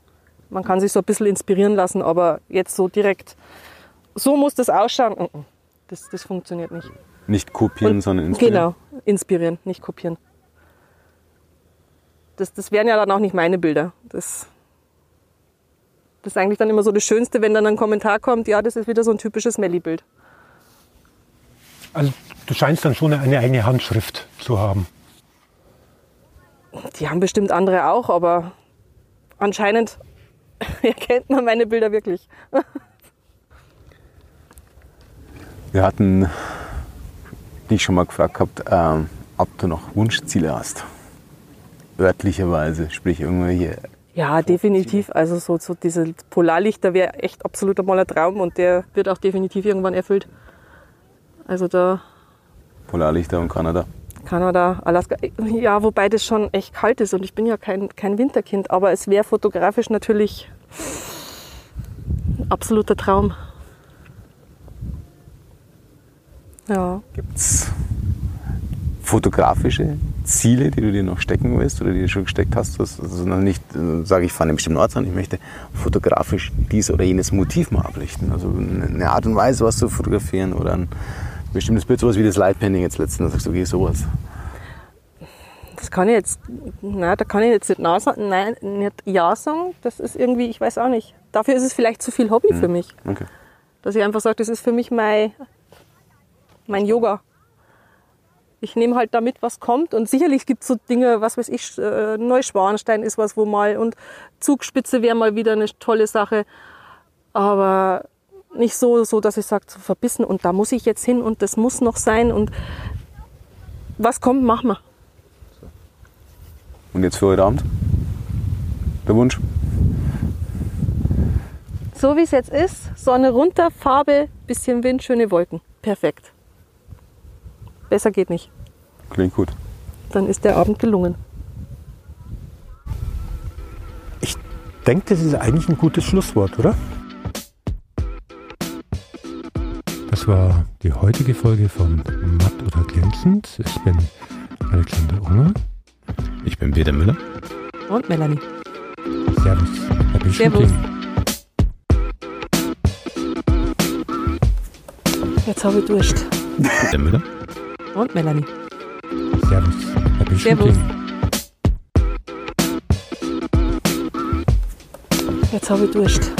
Man kann sich so ein bisschen inspirieren lassen, aber jetzt so direkt, so muss das ausschauen, mm, mm. das, das funktioniert nicht.
Nicht kopieren,
Und-
sondern inspirieren.
Genau, inspirieren, nicht kopieren. Das, das wären ja dann auch nicht meine Bilder. Das, das ist eigentlich dann immer so das Schönste, wenn dann ein Kommentar kommt, ja, das ist wieder so ein typisches Melli-Bild.
also du scheinst dann schon eine eigene Handschrift zu haben.
Die haben bestimmt andere auch, aber anscheinend erkennt man meine Bilder wirklich. genau.
Wir hatten dich schon mal gefragt gehabt, ähm, ob du noch Wunschziele hast. örtlicherweise, sprich irgendwelche.
Ja, definitiv. Also so, so diese Polarlichter wäre echt absoluter mal ein Traum und der wird auch definitiv irgendwann erfüllt. Also da
Polarlichter und Kanada.
Kanada, Alaska. Ja, wobei das schon echt kalt ist und ich bin ja kein, kein Winterkind, aber es wäre fotografisch natürlich ein absoluter Traum. Ja.
Gibt's fotografische Ziele, die du dir noch stecken willst oder die du schon gesteckt hast, dass- sondern nicht, äh, sage ich, fahre einen bestimmten Ort an, ich möchte fotografisch dies oder jenes Motiv mal ablichten. Also eine Art und Weise, was zu fotografieren oder ein bestimmtes Bild, sowas wie das Lightpainting jetzt letztens. Da sagst du, okay, sowas.
Das kann ich jetzt, na, da kann ich jetzt nicht, nein, sa- nein, nicht Ja sagen. Das ist irgendwie, ich weiß auch nicht. Dafür ist es vielleicht zu viel Hobby für mich.
Okay.
Dass ich einfach sage, das ist für mich mein, mein Yoga. Ich nehme halt damit, was kommt. Und sicherlich gibt es so Dinge, was weiß ich, äh, Neuschwanstein ist was, wo mal, und Zugspitze wäre mal wieder eine tolle Sache. Aber nicht so, so dass ich sage, zu verbissen und da muss ich jetzt hin und das muss noch sein und was kommt, machen wir.
Und jetzt für heute Abend? Der Wunsch?
So wie es jetzt ist, Sonne runter, Farbe, bisschen Wind, schöne Wolken. Perfekt. Besser geht nicht.
Klingt gut.
Dann ist der Abend gelungen.
Ich denke, das ist eigentlich ein gutes Schlusswort, oder? Das war die heutige Folge von Matt oder Glänzend. Ich bin Alexander Unger.
Ich bin Peter Müller.
Und Melanie.
Servus. Happy
Servus.
Shooting.
Jetzt habe ich Durst.
Peter Müller.
Und Melanie.
Servus. Happy
Servus.
Shooting.
Jetzt habe ich Durst.